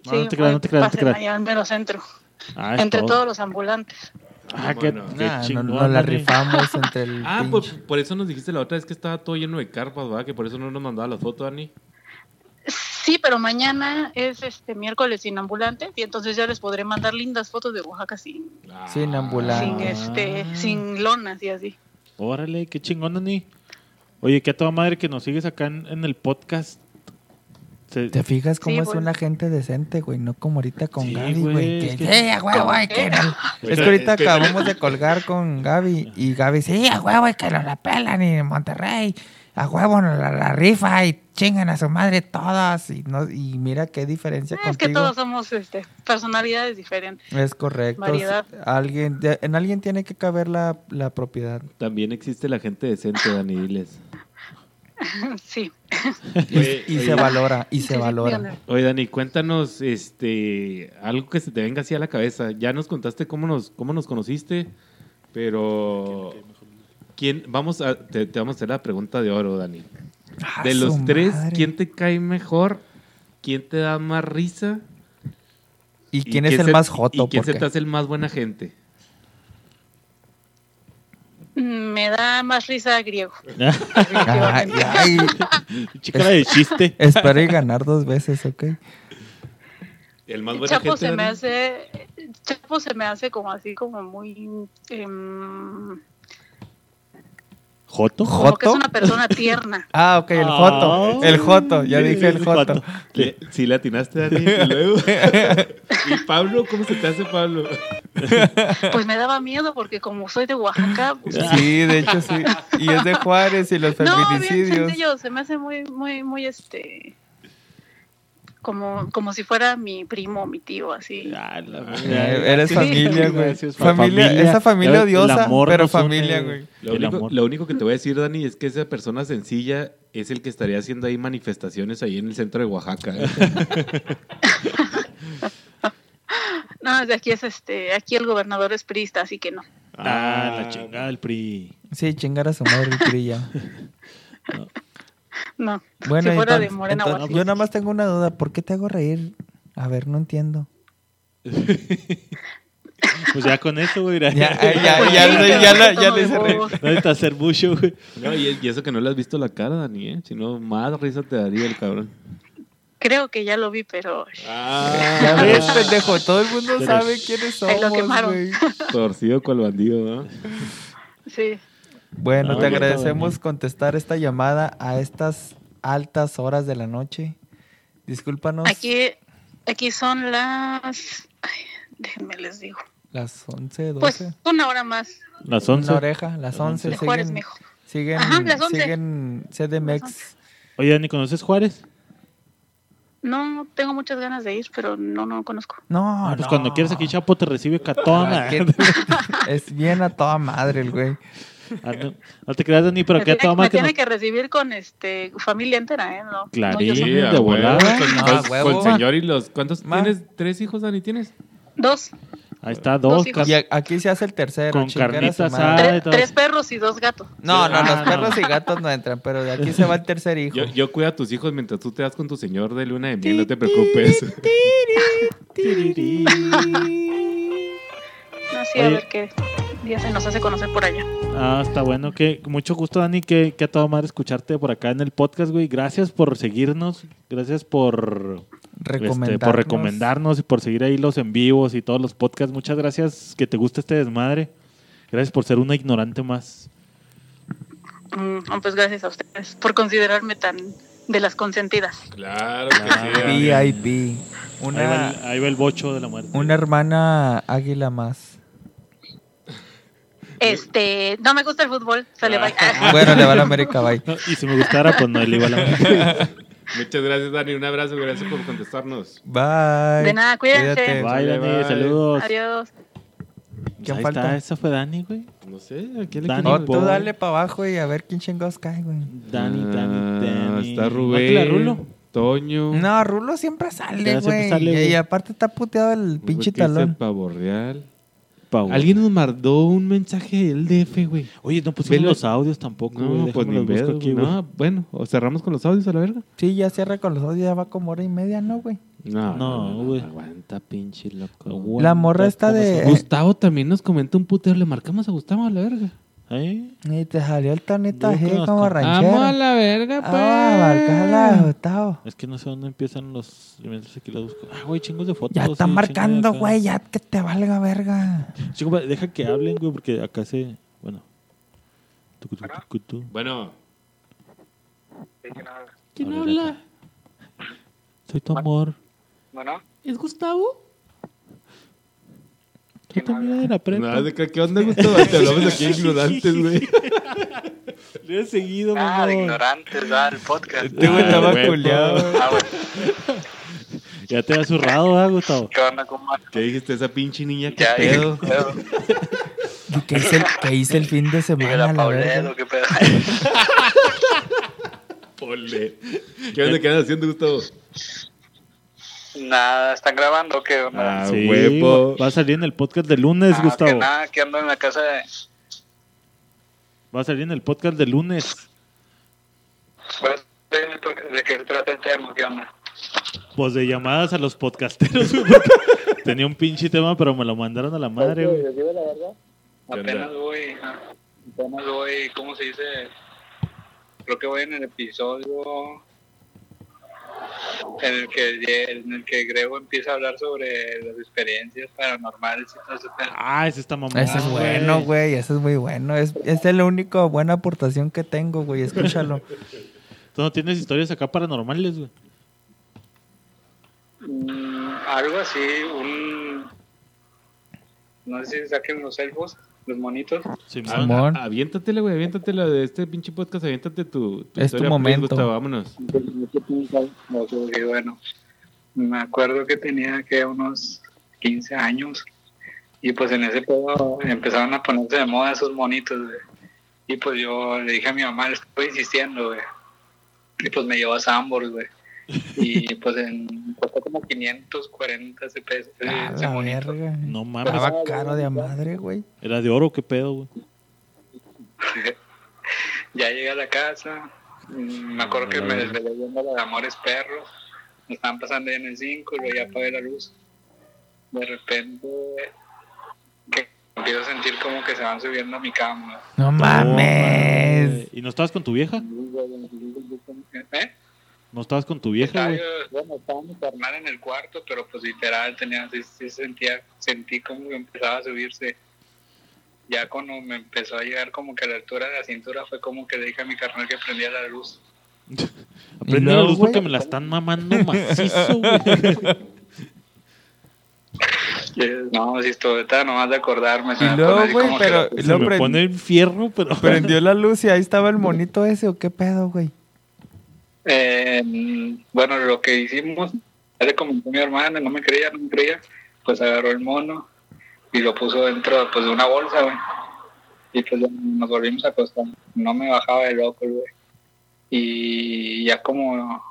No, no te creas, no te creas, no te pasen creas. allá en mero centro, Ah, es entre todo. todos los ambulantes. Ah, qué, Vámonos. qué Nah, no, chingón, no la Dani. rifamos entre el Ah, pues pinche. por eso nos dijiste la otra vez que estaba todo lleno de carpas, ¿verdad? Que por eso no nos mandaba las fotos, Dani. Sí, pero mañana es este miércoles sin ambulantes y entonces ya les podré mandar lindas fotos de Oaxaca sin, Sin sin ambulancia. este, sin lonas y así. Órale, qué chingón, Dani. Oye, qué a toda madre que nos sigues acá en, en el podcast. Se- ¿Te fijas cómo Sí, pues. es güey. una gente decente, güey? No como ahorita con Sí, Gaby, güey, güey. es que- que- Sí, a huevo, hay que no. Es que ahorita acabamos de colgar con Gaby y Gaby, sí, a huevo, y que nos la pelan y en Monterrey, a huevo nos la, la rifa y chingan a su madre todas. Y, no, y mira qué diferencia Eh, es que contigo. todos somos este, personalidades diferentes. Es correcto. Variedad. Alguien, de- en alguien tiene que caber la, la propiedad. También existe la gente decente, Dani, diles. sí. Y, Oye, y oye. se valora, y se Sí, valora. díganme. Oye, Dani, cuéntanos este, algo que se te venga así a la cabeza. Ya nos contaste cómo nos, cómo nos conociste, pero... ¿Quién? Vamos a, te, te vamos a hacer la pregunta de oro, Dani. Ah, De su los tres, madre. ¿quién te cae mejor? ¿Quién te da más risa? ¿Y ¿Y quién es el se- más joto? ¿Y quién se Porque- te hace el más buena gente? Mm, Me da más risa griego. Ay, ay, Chica de chiste. espero y ganar dos veces, ¿ok? El más Chapo se me hace, Chapo se me hace como así como muy em, ¿Joto? Jo- como que es ¿Joto? una persona tierna. Ah, ok, el joto. Ay, El joto, ya el dije el joto. joto. Le- Sí, le atinaste, Dani. Y luego. ¿Y Pablo? ¿Cómo se te hace Pablo? Pues me daba miedo porque como soy de Oaxaca, pues, Sí, de hecho sí. Y es de Juárez y los no, bien feminicidios. sencillo, se me hace muy, muy, muy este como, como si fuera mi primo, mi tío, así. Ah, la Eh, madre. eres Sí, familia, güey. gracias, Familia, familia. esa Ya familia ves, el odiosa, amor pero nos une, familia, güey. güey. Lo El único, amor. lo único que te voy a decir, Dani, es que esa persona sencilla es el que estaría haciendo ahí manifestaciones ahí en el centro de Oaxaca. ¿eh? No, desde aquí es este, aquí el gobernador es priista, así que no. Ah, la chingada del PRI. Sí, chingar a su madre el PRI ya. No. Bueno, si fuera entonces, de Morena entonces, o así. yo nada más tengo una duda. ¿Por qué te hago reír? A ver, no entiendo. Pues ya con eso, güey. mira. Ya, ya, ya, Pues ya, sí, le- pero ya con la- tono ya de le hice reír. voz. No necesitas hacer mucho, güey. No, y, y eso que no le has visto la cara, Dani, ¿eh? Si no, más risa te daría el cabrón. creo que ya lo vi, pero Ya Ah, ves, pendejo, todo el mundo Pero- sabe quiénes Ahí somos, lo quemaron. güey. torcido cual bandido, ¿no? sí. Bueno, Ah, te ya está agradecemos bueno. contestar esta llamada a estas altas horas de la noche. Discúlpanos, Aquí, aquí son las. Ay, déjenme les digo. las 11, 12. Pues una hora más. Las Una 11. oreja, las Las 11. De Juárez, Siguen, mejor. siguen, Ajá, las 11. siguen CDMX. Oye, Dani, ¿conoces Juárez? No tengo muchas ganas de ir, pero no, no conozco. No, Ah, pues no. cuando quieras aquí Chapo te recibe catona. Ah, qué- Es bien a toda madre el güey. Ah, no, no te creas, Dani, pero me aquí a tiene, toda me madre que tiene nos... que recibir con este familia entera, ¿eh? No, Claro. no, yo soy- Sí, de a huevo, volada. con- No, con- a Ah, huevo. con el señor y los... ¿Cuántos Ma. tienes? ¿Tres hijos, Dani, tienes? Dos, Ahí está, dos. Dos hijos. car- Y a- aquí se hace el tercero. Con chingar a su carnitas madre. Ah, tres, de todas- tres perros y dos gatos. No, no, Ah, los no. perros y gatos no entran, pero de aquí se va el tercer hijo. Yo, yo cuido a tus hijos mientras tú te das con tu señor de luna de miel, no te preocupes. No, sí, a Oye. ver qué día se nos hace conocer por allá. Ah, está bueno. Que, mucho gusto, Dani, que, que a toda madre escucharte por acá en el podcast, güey. Gracias por seguirnos. Gracias por, este, por recomendarnos y por seguir ahí los en vivos y todos los podcasts. Muchas gracias. Que te guste este desmadre. Gracias por ser una ignorante más. Mm, no, pues gracias a ustedes por considerarme tan de las consentidas. claro Claro. Dani. VIP. Ah, Ahí, va Una, el, ahí va el bocho de la muerte. una hermana águila más. Este, no me gusta el fútbol, sale bye. Ah. Ah. Bueno, le va a la América, bye. No, y si me gustara, pues no, él iba a la Muchas gracias, Dani. Un abrazo, gracias por contestarnos. Bye. De nada, cuídense. Cuídate. Bye, Dani. Bye. Saludos. Adiós. Pues ¿Quién ahí falta? está. Esa fue Dani, güey. No sé, ¿a quién le Dani. quieres? No, Boy. tú dale para abajo y a ver quién chingados cae, güey. Dani, Ah, Dani, Dani. Está Mándale a Rulo. Rubén, Toño. No, Rulo siempre Ya sale, siempre güey. sale, Y- Y, güey. aparte está puteado el güey, pinche que dice talón. Pavo Real. Pau. Alguien nos mandó un mensaje del DF, güey. Oye, no pusimos Velo- los audios tampoco, güey. No, pues Déjame ni los busco pedo, aquí, güey. No, bueno, o cerramos con los audios a la verga. Sí, ya cierra con los dos, ya va como hora y media, ¿no, güey? No, No, güey. Aguanta, pinche loco. Aguanta, La morra está ¿cómo se- de- Gustavo también nos comentó un putero. Le marcamos a Gustavo a la verga. ¿Eh? Y te salió el tonito Yo así conozco. como ranchero. Vamos a la verga, pues. Ah, Valcala, Gustavo. Es que no sé dónde empiezan los elementos aquí los busco. Ah, güey, chingos de fotos. Ya sí, chingo están de marcando, acá. güey, ya que te valga verga. Chico, va, deja que hablen, güey, porque acá se. Bueno. Tucu, tucu, tucu, tu. Bueno, ¿Quién habla? Soy tu amor. Bueno, ¿Es Gustavo? Tú también de la prepa. nada, de que- ¿qué onda, Gustavo? Te hablamos aquí ignorantes, güey. Le he seguido, ah, de mamón. ignorantes, ah, el podcast. Este güey estaba culeado. Ah, bueno, Ya te has zurrado, ¿ah, Gustavo? ¿qué onda, cómo andas? ¿Qué dijiste? Esa pinche niña, qué Ya, pedo. ¿qué pedo? ¿Y qué hice el, qué hice el fin de Digo, semana, la la verga? Pauledo, qué pedo. Ole. ¿Qué onda, qué andas haciendo, Gustavo? Nada, ¿están grabando o qué? onda? Ah, huevo. va- Va a salir en el podcast de lunes, Ah, Gustavo. que nada, que ando en la casa de... Va a salir en el podcast de lunes. Pues, ¿de qué se trata el tema? ¿Qué onda? Pues de llamadas a los podcasteros, güey, porque Tenía un pinche tema, pero me lo mandaron a la madre, güey. digo la verdad. ¿Qué Apenas onda? voy, apenas voy, ¿cómo se dice? Creo que voy en el episodio en el que en el que Grego empieza a hablar sobre las experiencias paranormales y todo ese pedo. Ah, ese está mamón. Ese es bueno, güey, ese es muy bueno. Es, es la única buena aportación que tengo, güey, escúchalo. ¿Tú no tienes historias acá paranormales, güey? Mm, algo así, un no sé si saquen los elfos, los monitos. Simón. Simón. Ah, Aviéntatela, güey, aviéntatela de este pinche podcast, aviéntate tu, tu Es tu historia, pues, momento. Gustavo, vámonos. No sé, porque, bueno, me acuerdo que tenía que unos 15 años y pues en ese pedo empezaron a ponerse de moda esos monitos güey. y pues yo le dije a mi mamá, le estoy insistiendo güey. y pues me llevó a Sambor güey. y pues en, costó como 540 ese peso ese- A ese la monito. verga. No mames. Estaba caro de a madre, güey. Era de oro, qué pedo, güey. Ya llegué a la casa, mm, me acuerdo que me desvelé viendo la de Amores Perros, me estaban pasando ahí en el 5, luego ya apagué la luz. De repente, que empiezo a sentir como que se van subiendo a mi cama. No Eh, No mames. mames. ¿Y no estabas con tu vieja? ¿Eh? No estabas con tu vieja, Estaba güey. yo- bueno, estaba mi carnal en el cuarto, pero pues literal tenía, sí, sí sentía, sentí como que empezaba a subirse. Ya cuando me empezó a llegar como que a la altura de la cintura fue como que le dije a mi carnal que prendía la luz. Aprende luego, la luz güey. porque me la están mamando macizo, güey. Y, eh, No, si estoy ahorita nomás de acordarme. se Y me luego, pone así güey, como que pero- la- y Se luego me prend- pone el fierro, pero... Prendió la luz y ahí estaba el monito ese, ¿o qué pedo, güey? Eh, mm, bueno, lo que hicimos, ya le comentó mi hermana, no me creía, no me creía, pues agarró el mono y lo puso dentro pues, de una bolsa, güey. Y pues ya nos volvimos a acostar. No me bajaba de loco, güey. Y ya como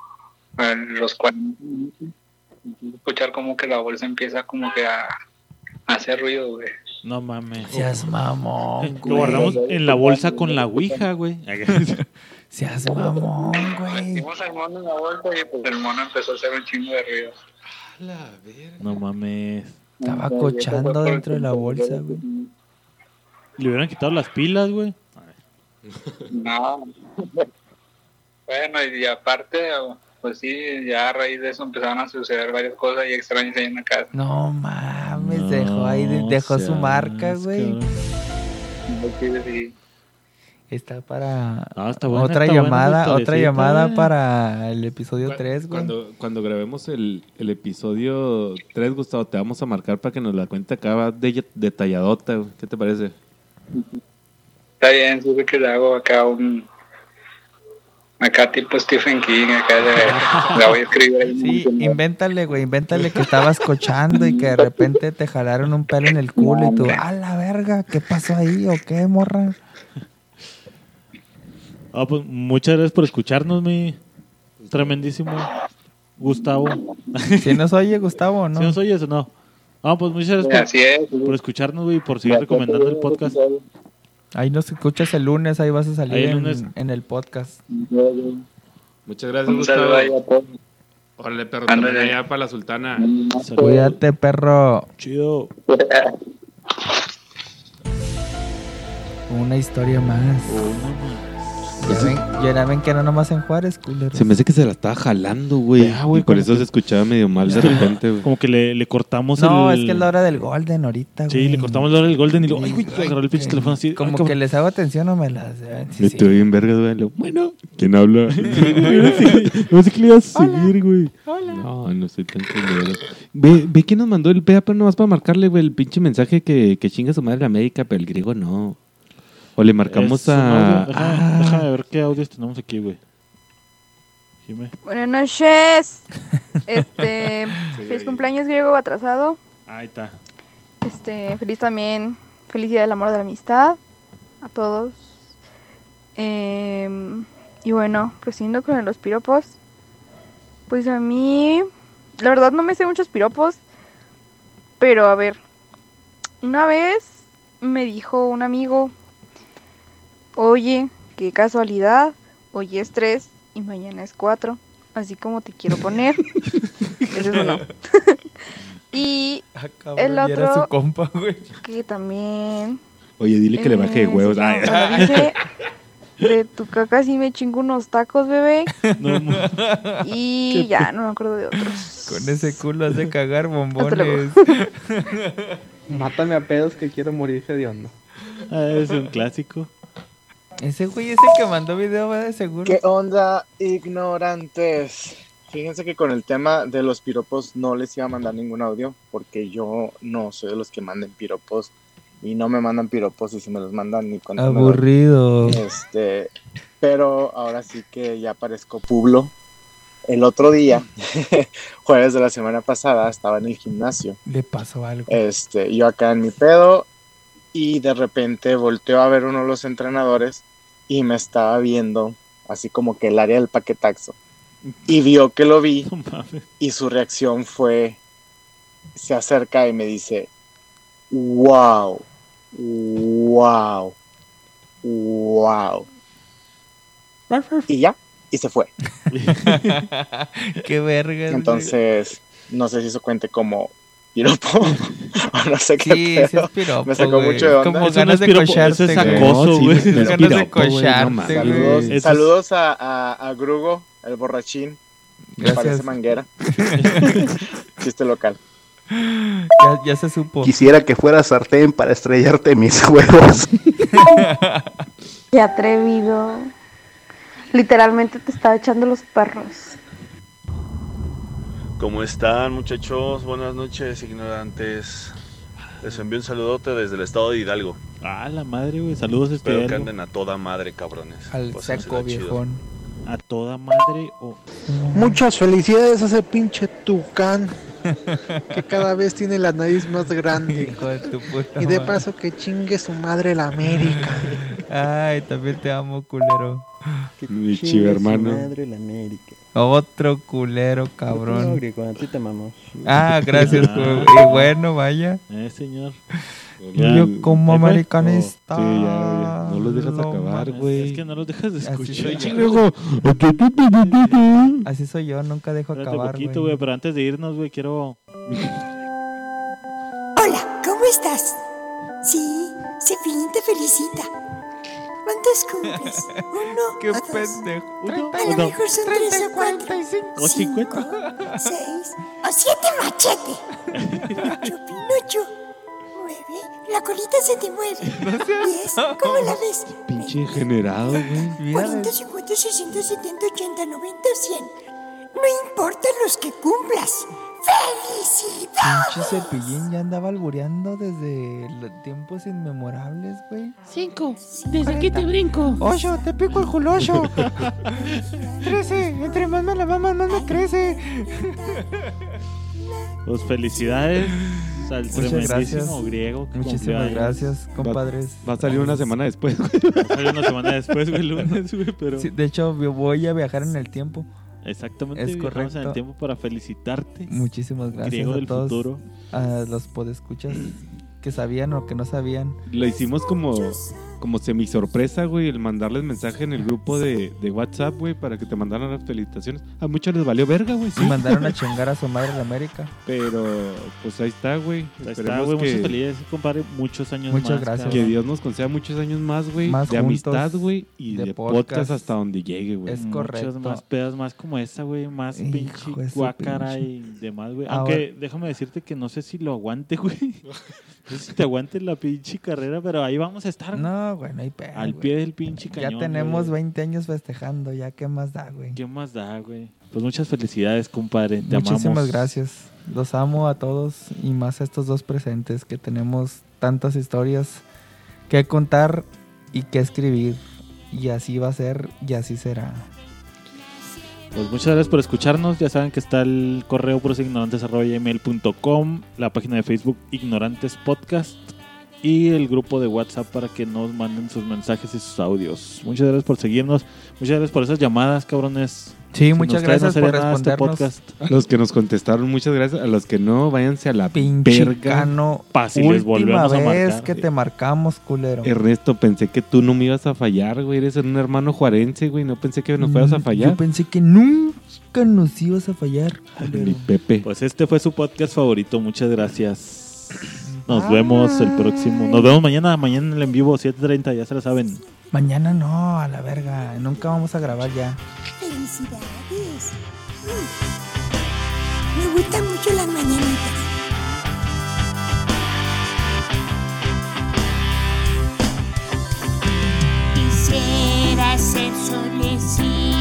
a los 40 minutos, empiezo a escuchar como que la bolsa empieza como que a, a hacer ruido, güey. No mames. Seas mamón, Lo güey. guardamos en la bolsa con la ouija, güey. Seas mamón, güey. Metimos al mono en la bolsa y pues el mono empezó a hacer un chingo de ruido. No mames. Estaba Entonces, eso fue cochando por el dentro de la tiempo. bolsa, güey. Le hubieran quitado las pilas, güey. No. bueno, y aparte, pues sí, ya a raíz de eso empezaron a suceder varias cosas y extrañas ahí en la casa. No mames, dejó ahí, No dejó su seas marca, güey. cabrón. Sí, Está para Ah, está buena, otra está buena llamada, la otra historiecita, llamada güey. para el episodio Cu- 3, güey. Cuando, cuando grabemos el, el episodio 3, Gustavo, te vamos a marcar para que nos la cuente acá de, detalladota. güey. ¿Qué te parece? Está bien, sí que le hago acá un... Acá tipo Stephen King, acá de- la voy a escribir ahí. Sí, ¿no? invéntale, güey, invéntale que estabas cochando y que de repente te jalaron un pelo en el culo y tú, a la verga, ¿qué pasó ahí o qué, morra? Ah, pues muchas gracias por escucharnos, mi tremendísimo Gustavo. Si nos oye Gustavo, o ¿no? ¿Sí nos oyes o no? Ah, pues muchas Sí, gracias Así es. por, por escucharnos, güey, y por seguir recomendando el podcast. Ahí nos escuchas el lunes, ahí vas a Ahí salir el en, lunes. en el podcast. Muchas gracias, Un Gustavo. saludo ahí a todos. Órale, perro, Ándale. también allá para la sultana. Cuídate, perro. Chido. Una historia más. Ya ven, ya ven que no nomás en Juárez, culeros. Se me hace que se la estaba jalando, güey. Ya, güey, Y por como eso se escuchaba medio mal de repente, güey. Como que le, le cortamos No, el... es que es la hora del Golden ahorita, Sí, güey. le cortamos la hora del Golden y luego, ay, güey, Ay, agarró el pinche güey. teléfono así. ay, Como cabrón. que les hago atención o me las... dan. Sí, Me sí. estuve bien vergas, güey. Lo- Bueno, ¿quién habla? No sé qué le ibas a seguir, güey. no, no soy tan culero. Ve, ve quién nos mandó el PA, pero nomás para marcarle, güey, el pinche mensaje que, que chinga su madre la médica, pero el griego no. O le marcamos Es un a. audio. Déjame, Ah, déjame ver qué audios tenemos aquí, güey. Jime. Buenas noches. Este, feliz cumpleaños griego atrasado. Ahí está. Este, feliz también, felicidad del amor de la amistad a todos. Em, y bueno, prosiguiendo con los piropos, pues a mí, la verdad no me sé muchos piropos, pero a ver, una vez me dijo un amigo, oye, qué casualidad, hoy es 3 y mañana es 4, así como te quiero poner. Ese es uno. y Ah, cabrón, El y era otro- su compa, güey. que también. Oye, dile que le baje de eh, huevos. sí, Ay, como lo dije, de tu caca sí me chingo unos tacos, bebé. No, mo- Y ya, no me acuerdo de otros. Con ese culo hace cagar Hasta luego. bombones. Mátame a pedos que quiero morir hediondo. ah, es un clásico. Ese güey es el que mandó video, va de seguro. ¿Qué onda, ignorantes? Fíjense que con el tema de los piropos no les iba a mandar ningún audio porque yo no soy de los que manden piropos y no me mandan piropos y si me los mandan ni cuando Aburrido. Este, pero ahora sí que ya parezco Publo. El otro día, jueves de la semana pasada, estaba en el gimnasio Le pasó algo. Eh. este, yo acá en mi pedo y de repente volteo a ver uno de los entrenadores y me estaba viendo así como que el área del paquetaxo y vio que lo vi No mames. y su reacción fue se acerca y me dice wow wow wow y ya y se fue Qué verga. güey. entonces no sé si eso cuente como piropo o no sé qué Sí, sí pedo. es piropo. Me sacó güey. mucho de onda. Como Eso no ganas es de piropo, eso cocharte, es güey. acoso. güey. no Ganas de piropo, güey, no cocharte, mames. güey. Saludos, Eso es- saludos a, a, a Grugo, el borrachín, Parece Gracias. manguera. Chiste local. Ya, ya se supo. Quisiera que fuera sartén para estrellarte mis huevos. Qué atrevido. Literalmente te estaba echando los perros. ¿Cómo están muchachos? Buenas noches, ignorantes. Les envío un saludote desde el estado de Hidalgo. Ah, la madre, güey. Saludos este Espero que Hidalgo. anden a toda madre, cabrones. Al Pues Pásensela seco chido. viejón. A toda madre o Muchas felicidades a ese pinche tucán que cada vez tiene la nariz más grande. Hijo de tu puta Y de madre. paso que chingue su madre la América. Ay, también te amo, culero. Mi chiva hermano. Madre la América. Otro culero, No, cabrón. Griego, a ti te mamó. Ah, gracias. Ah. güey. Y bueno, vaya. Eh, señor. Yo como Ahí fue. Oh, americanista. Sí, ya, ya. No los dejas acabar, mames, güey. Es que no los dejas de Así escuchar. soy yo. Échale Luego. Así soy yo, nunca dejo Espérate acabar. poquito, güey. güey, pero antes de irnos, güey, quiero... Hola, ¿cómo estás? Sí, Cepillín te felicita. ¿Cuántos cumples? Uno, Qué o dos. pendejo. Uno, a lo o dos. mejor son tres o cuatro. O cincuenta. cinco, Seis o siete machete. Ocho, Pinocho. Nueve, la colita se te mueve. Diez, ¿cómo la ves? Pinche degenerado, güey. 40, 50, 60, 70, 80, 90, 100. No importa los que cumplas. ¡Felicidad! Pinche cepillín ya andaba albureando desde lo- tiempos inmemorables, güey. Cinco. Desde aquí te brinco. Ocho, te pico el culocho. Trece. Entre más me la mamas, más me crece. Pues felicidades al Muchas tremendísimo gracias. griego. que cumplió Muchísimas años. gracias, compadres. Va a Ah, salir una semana después. Va a salir una semana después, güey, el lunes, güey, pero... Sí, de hecho, vi- voy a viajar en el tiempo. Exactamente, Es viajamos en el correcto. tiempo para felicitarte. Muchísimas gracias Griego a del todos futuro. a los podescuchas que sabían o que no sabían. Lo hicimos como, como semi sorpresa, güey, el mandarles mensaje en el grupo de, de WhatsApp, güey, para que te mandaran las felicitaciones. A muchos les valió verga, güey. sí. Y mandaron a chingar a su madre en América. Pero pues ahí está, güey. Ahí Está, Esperemos güey, muchas que, felicidades, compadre. Muchos años Muchas más. gracias. que cabrón. Dios nos conceda muchos años más, güey. De Más juntos, amistad, güey, y de, de podcast. podcast. hasta donde llegue, güey. Es Mm, Muchas correcto. más pedas, más como esa, güey. Más Hijo pinche de su guácara pinche. y demás, güey. Ahora- Aunque déjame decirte que no sé si lo aguante, güey. No sé si te aguante la pinche carrera, pero ahí vamos a estar. No, güey, no hay pedo. al Eh, güey. pie del pinche Ya cañón. tenemos güey. 20 años festejando, ya qué más da, güey. ¿Qué más da, güey? Pues muchas felicidades, compadre. Te Muchísimas amamos. gracias. Los amo a todos y más a estos dos presentes que tenemos tantas historias que contar y que escribir. Y así va a ser y así será. Pues muchas gracias por escucharnos. Ya saben que está el correo purosignorantes.com, la página de Facebook Ignorantes Podcast y el grupo de WhatsApp para que nos manden sus mensajes y sus audios. Muchas gracias por seguirnos. Muchas gracias por esas llamadas, cabrones. Sí, Sin muchas ustedes no gracias sería por nada este respondernos. podcast. A los que nos contestaron, muchas gracias. A los que no, váyanse a la Pinche verga. cano. Pa, si les Última volvemos a vez marcar. que te marcamos, culero. Ernesto, pensé que tú no me ibas a fallar, güey. Eres un hermano juarense, güey. No pensé que nos fueras a Mm, fallar. Yo pensé que nunca nos ibas a fallar, Mi culero. Pepe. Pues este fue su podcast favorito. Muchas gracias. Nos vemos el próximo. Nos vemos mañana, mañana en el en vivo 7:30, ya se lo saben. Mañana no, a la verga. Nunca vamos a grabar ya. ¡Felicidades! Mm. Me gustan mucho las mañanitas. Quisiera ser solecito.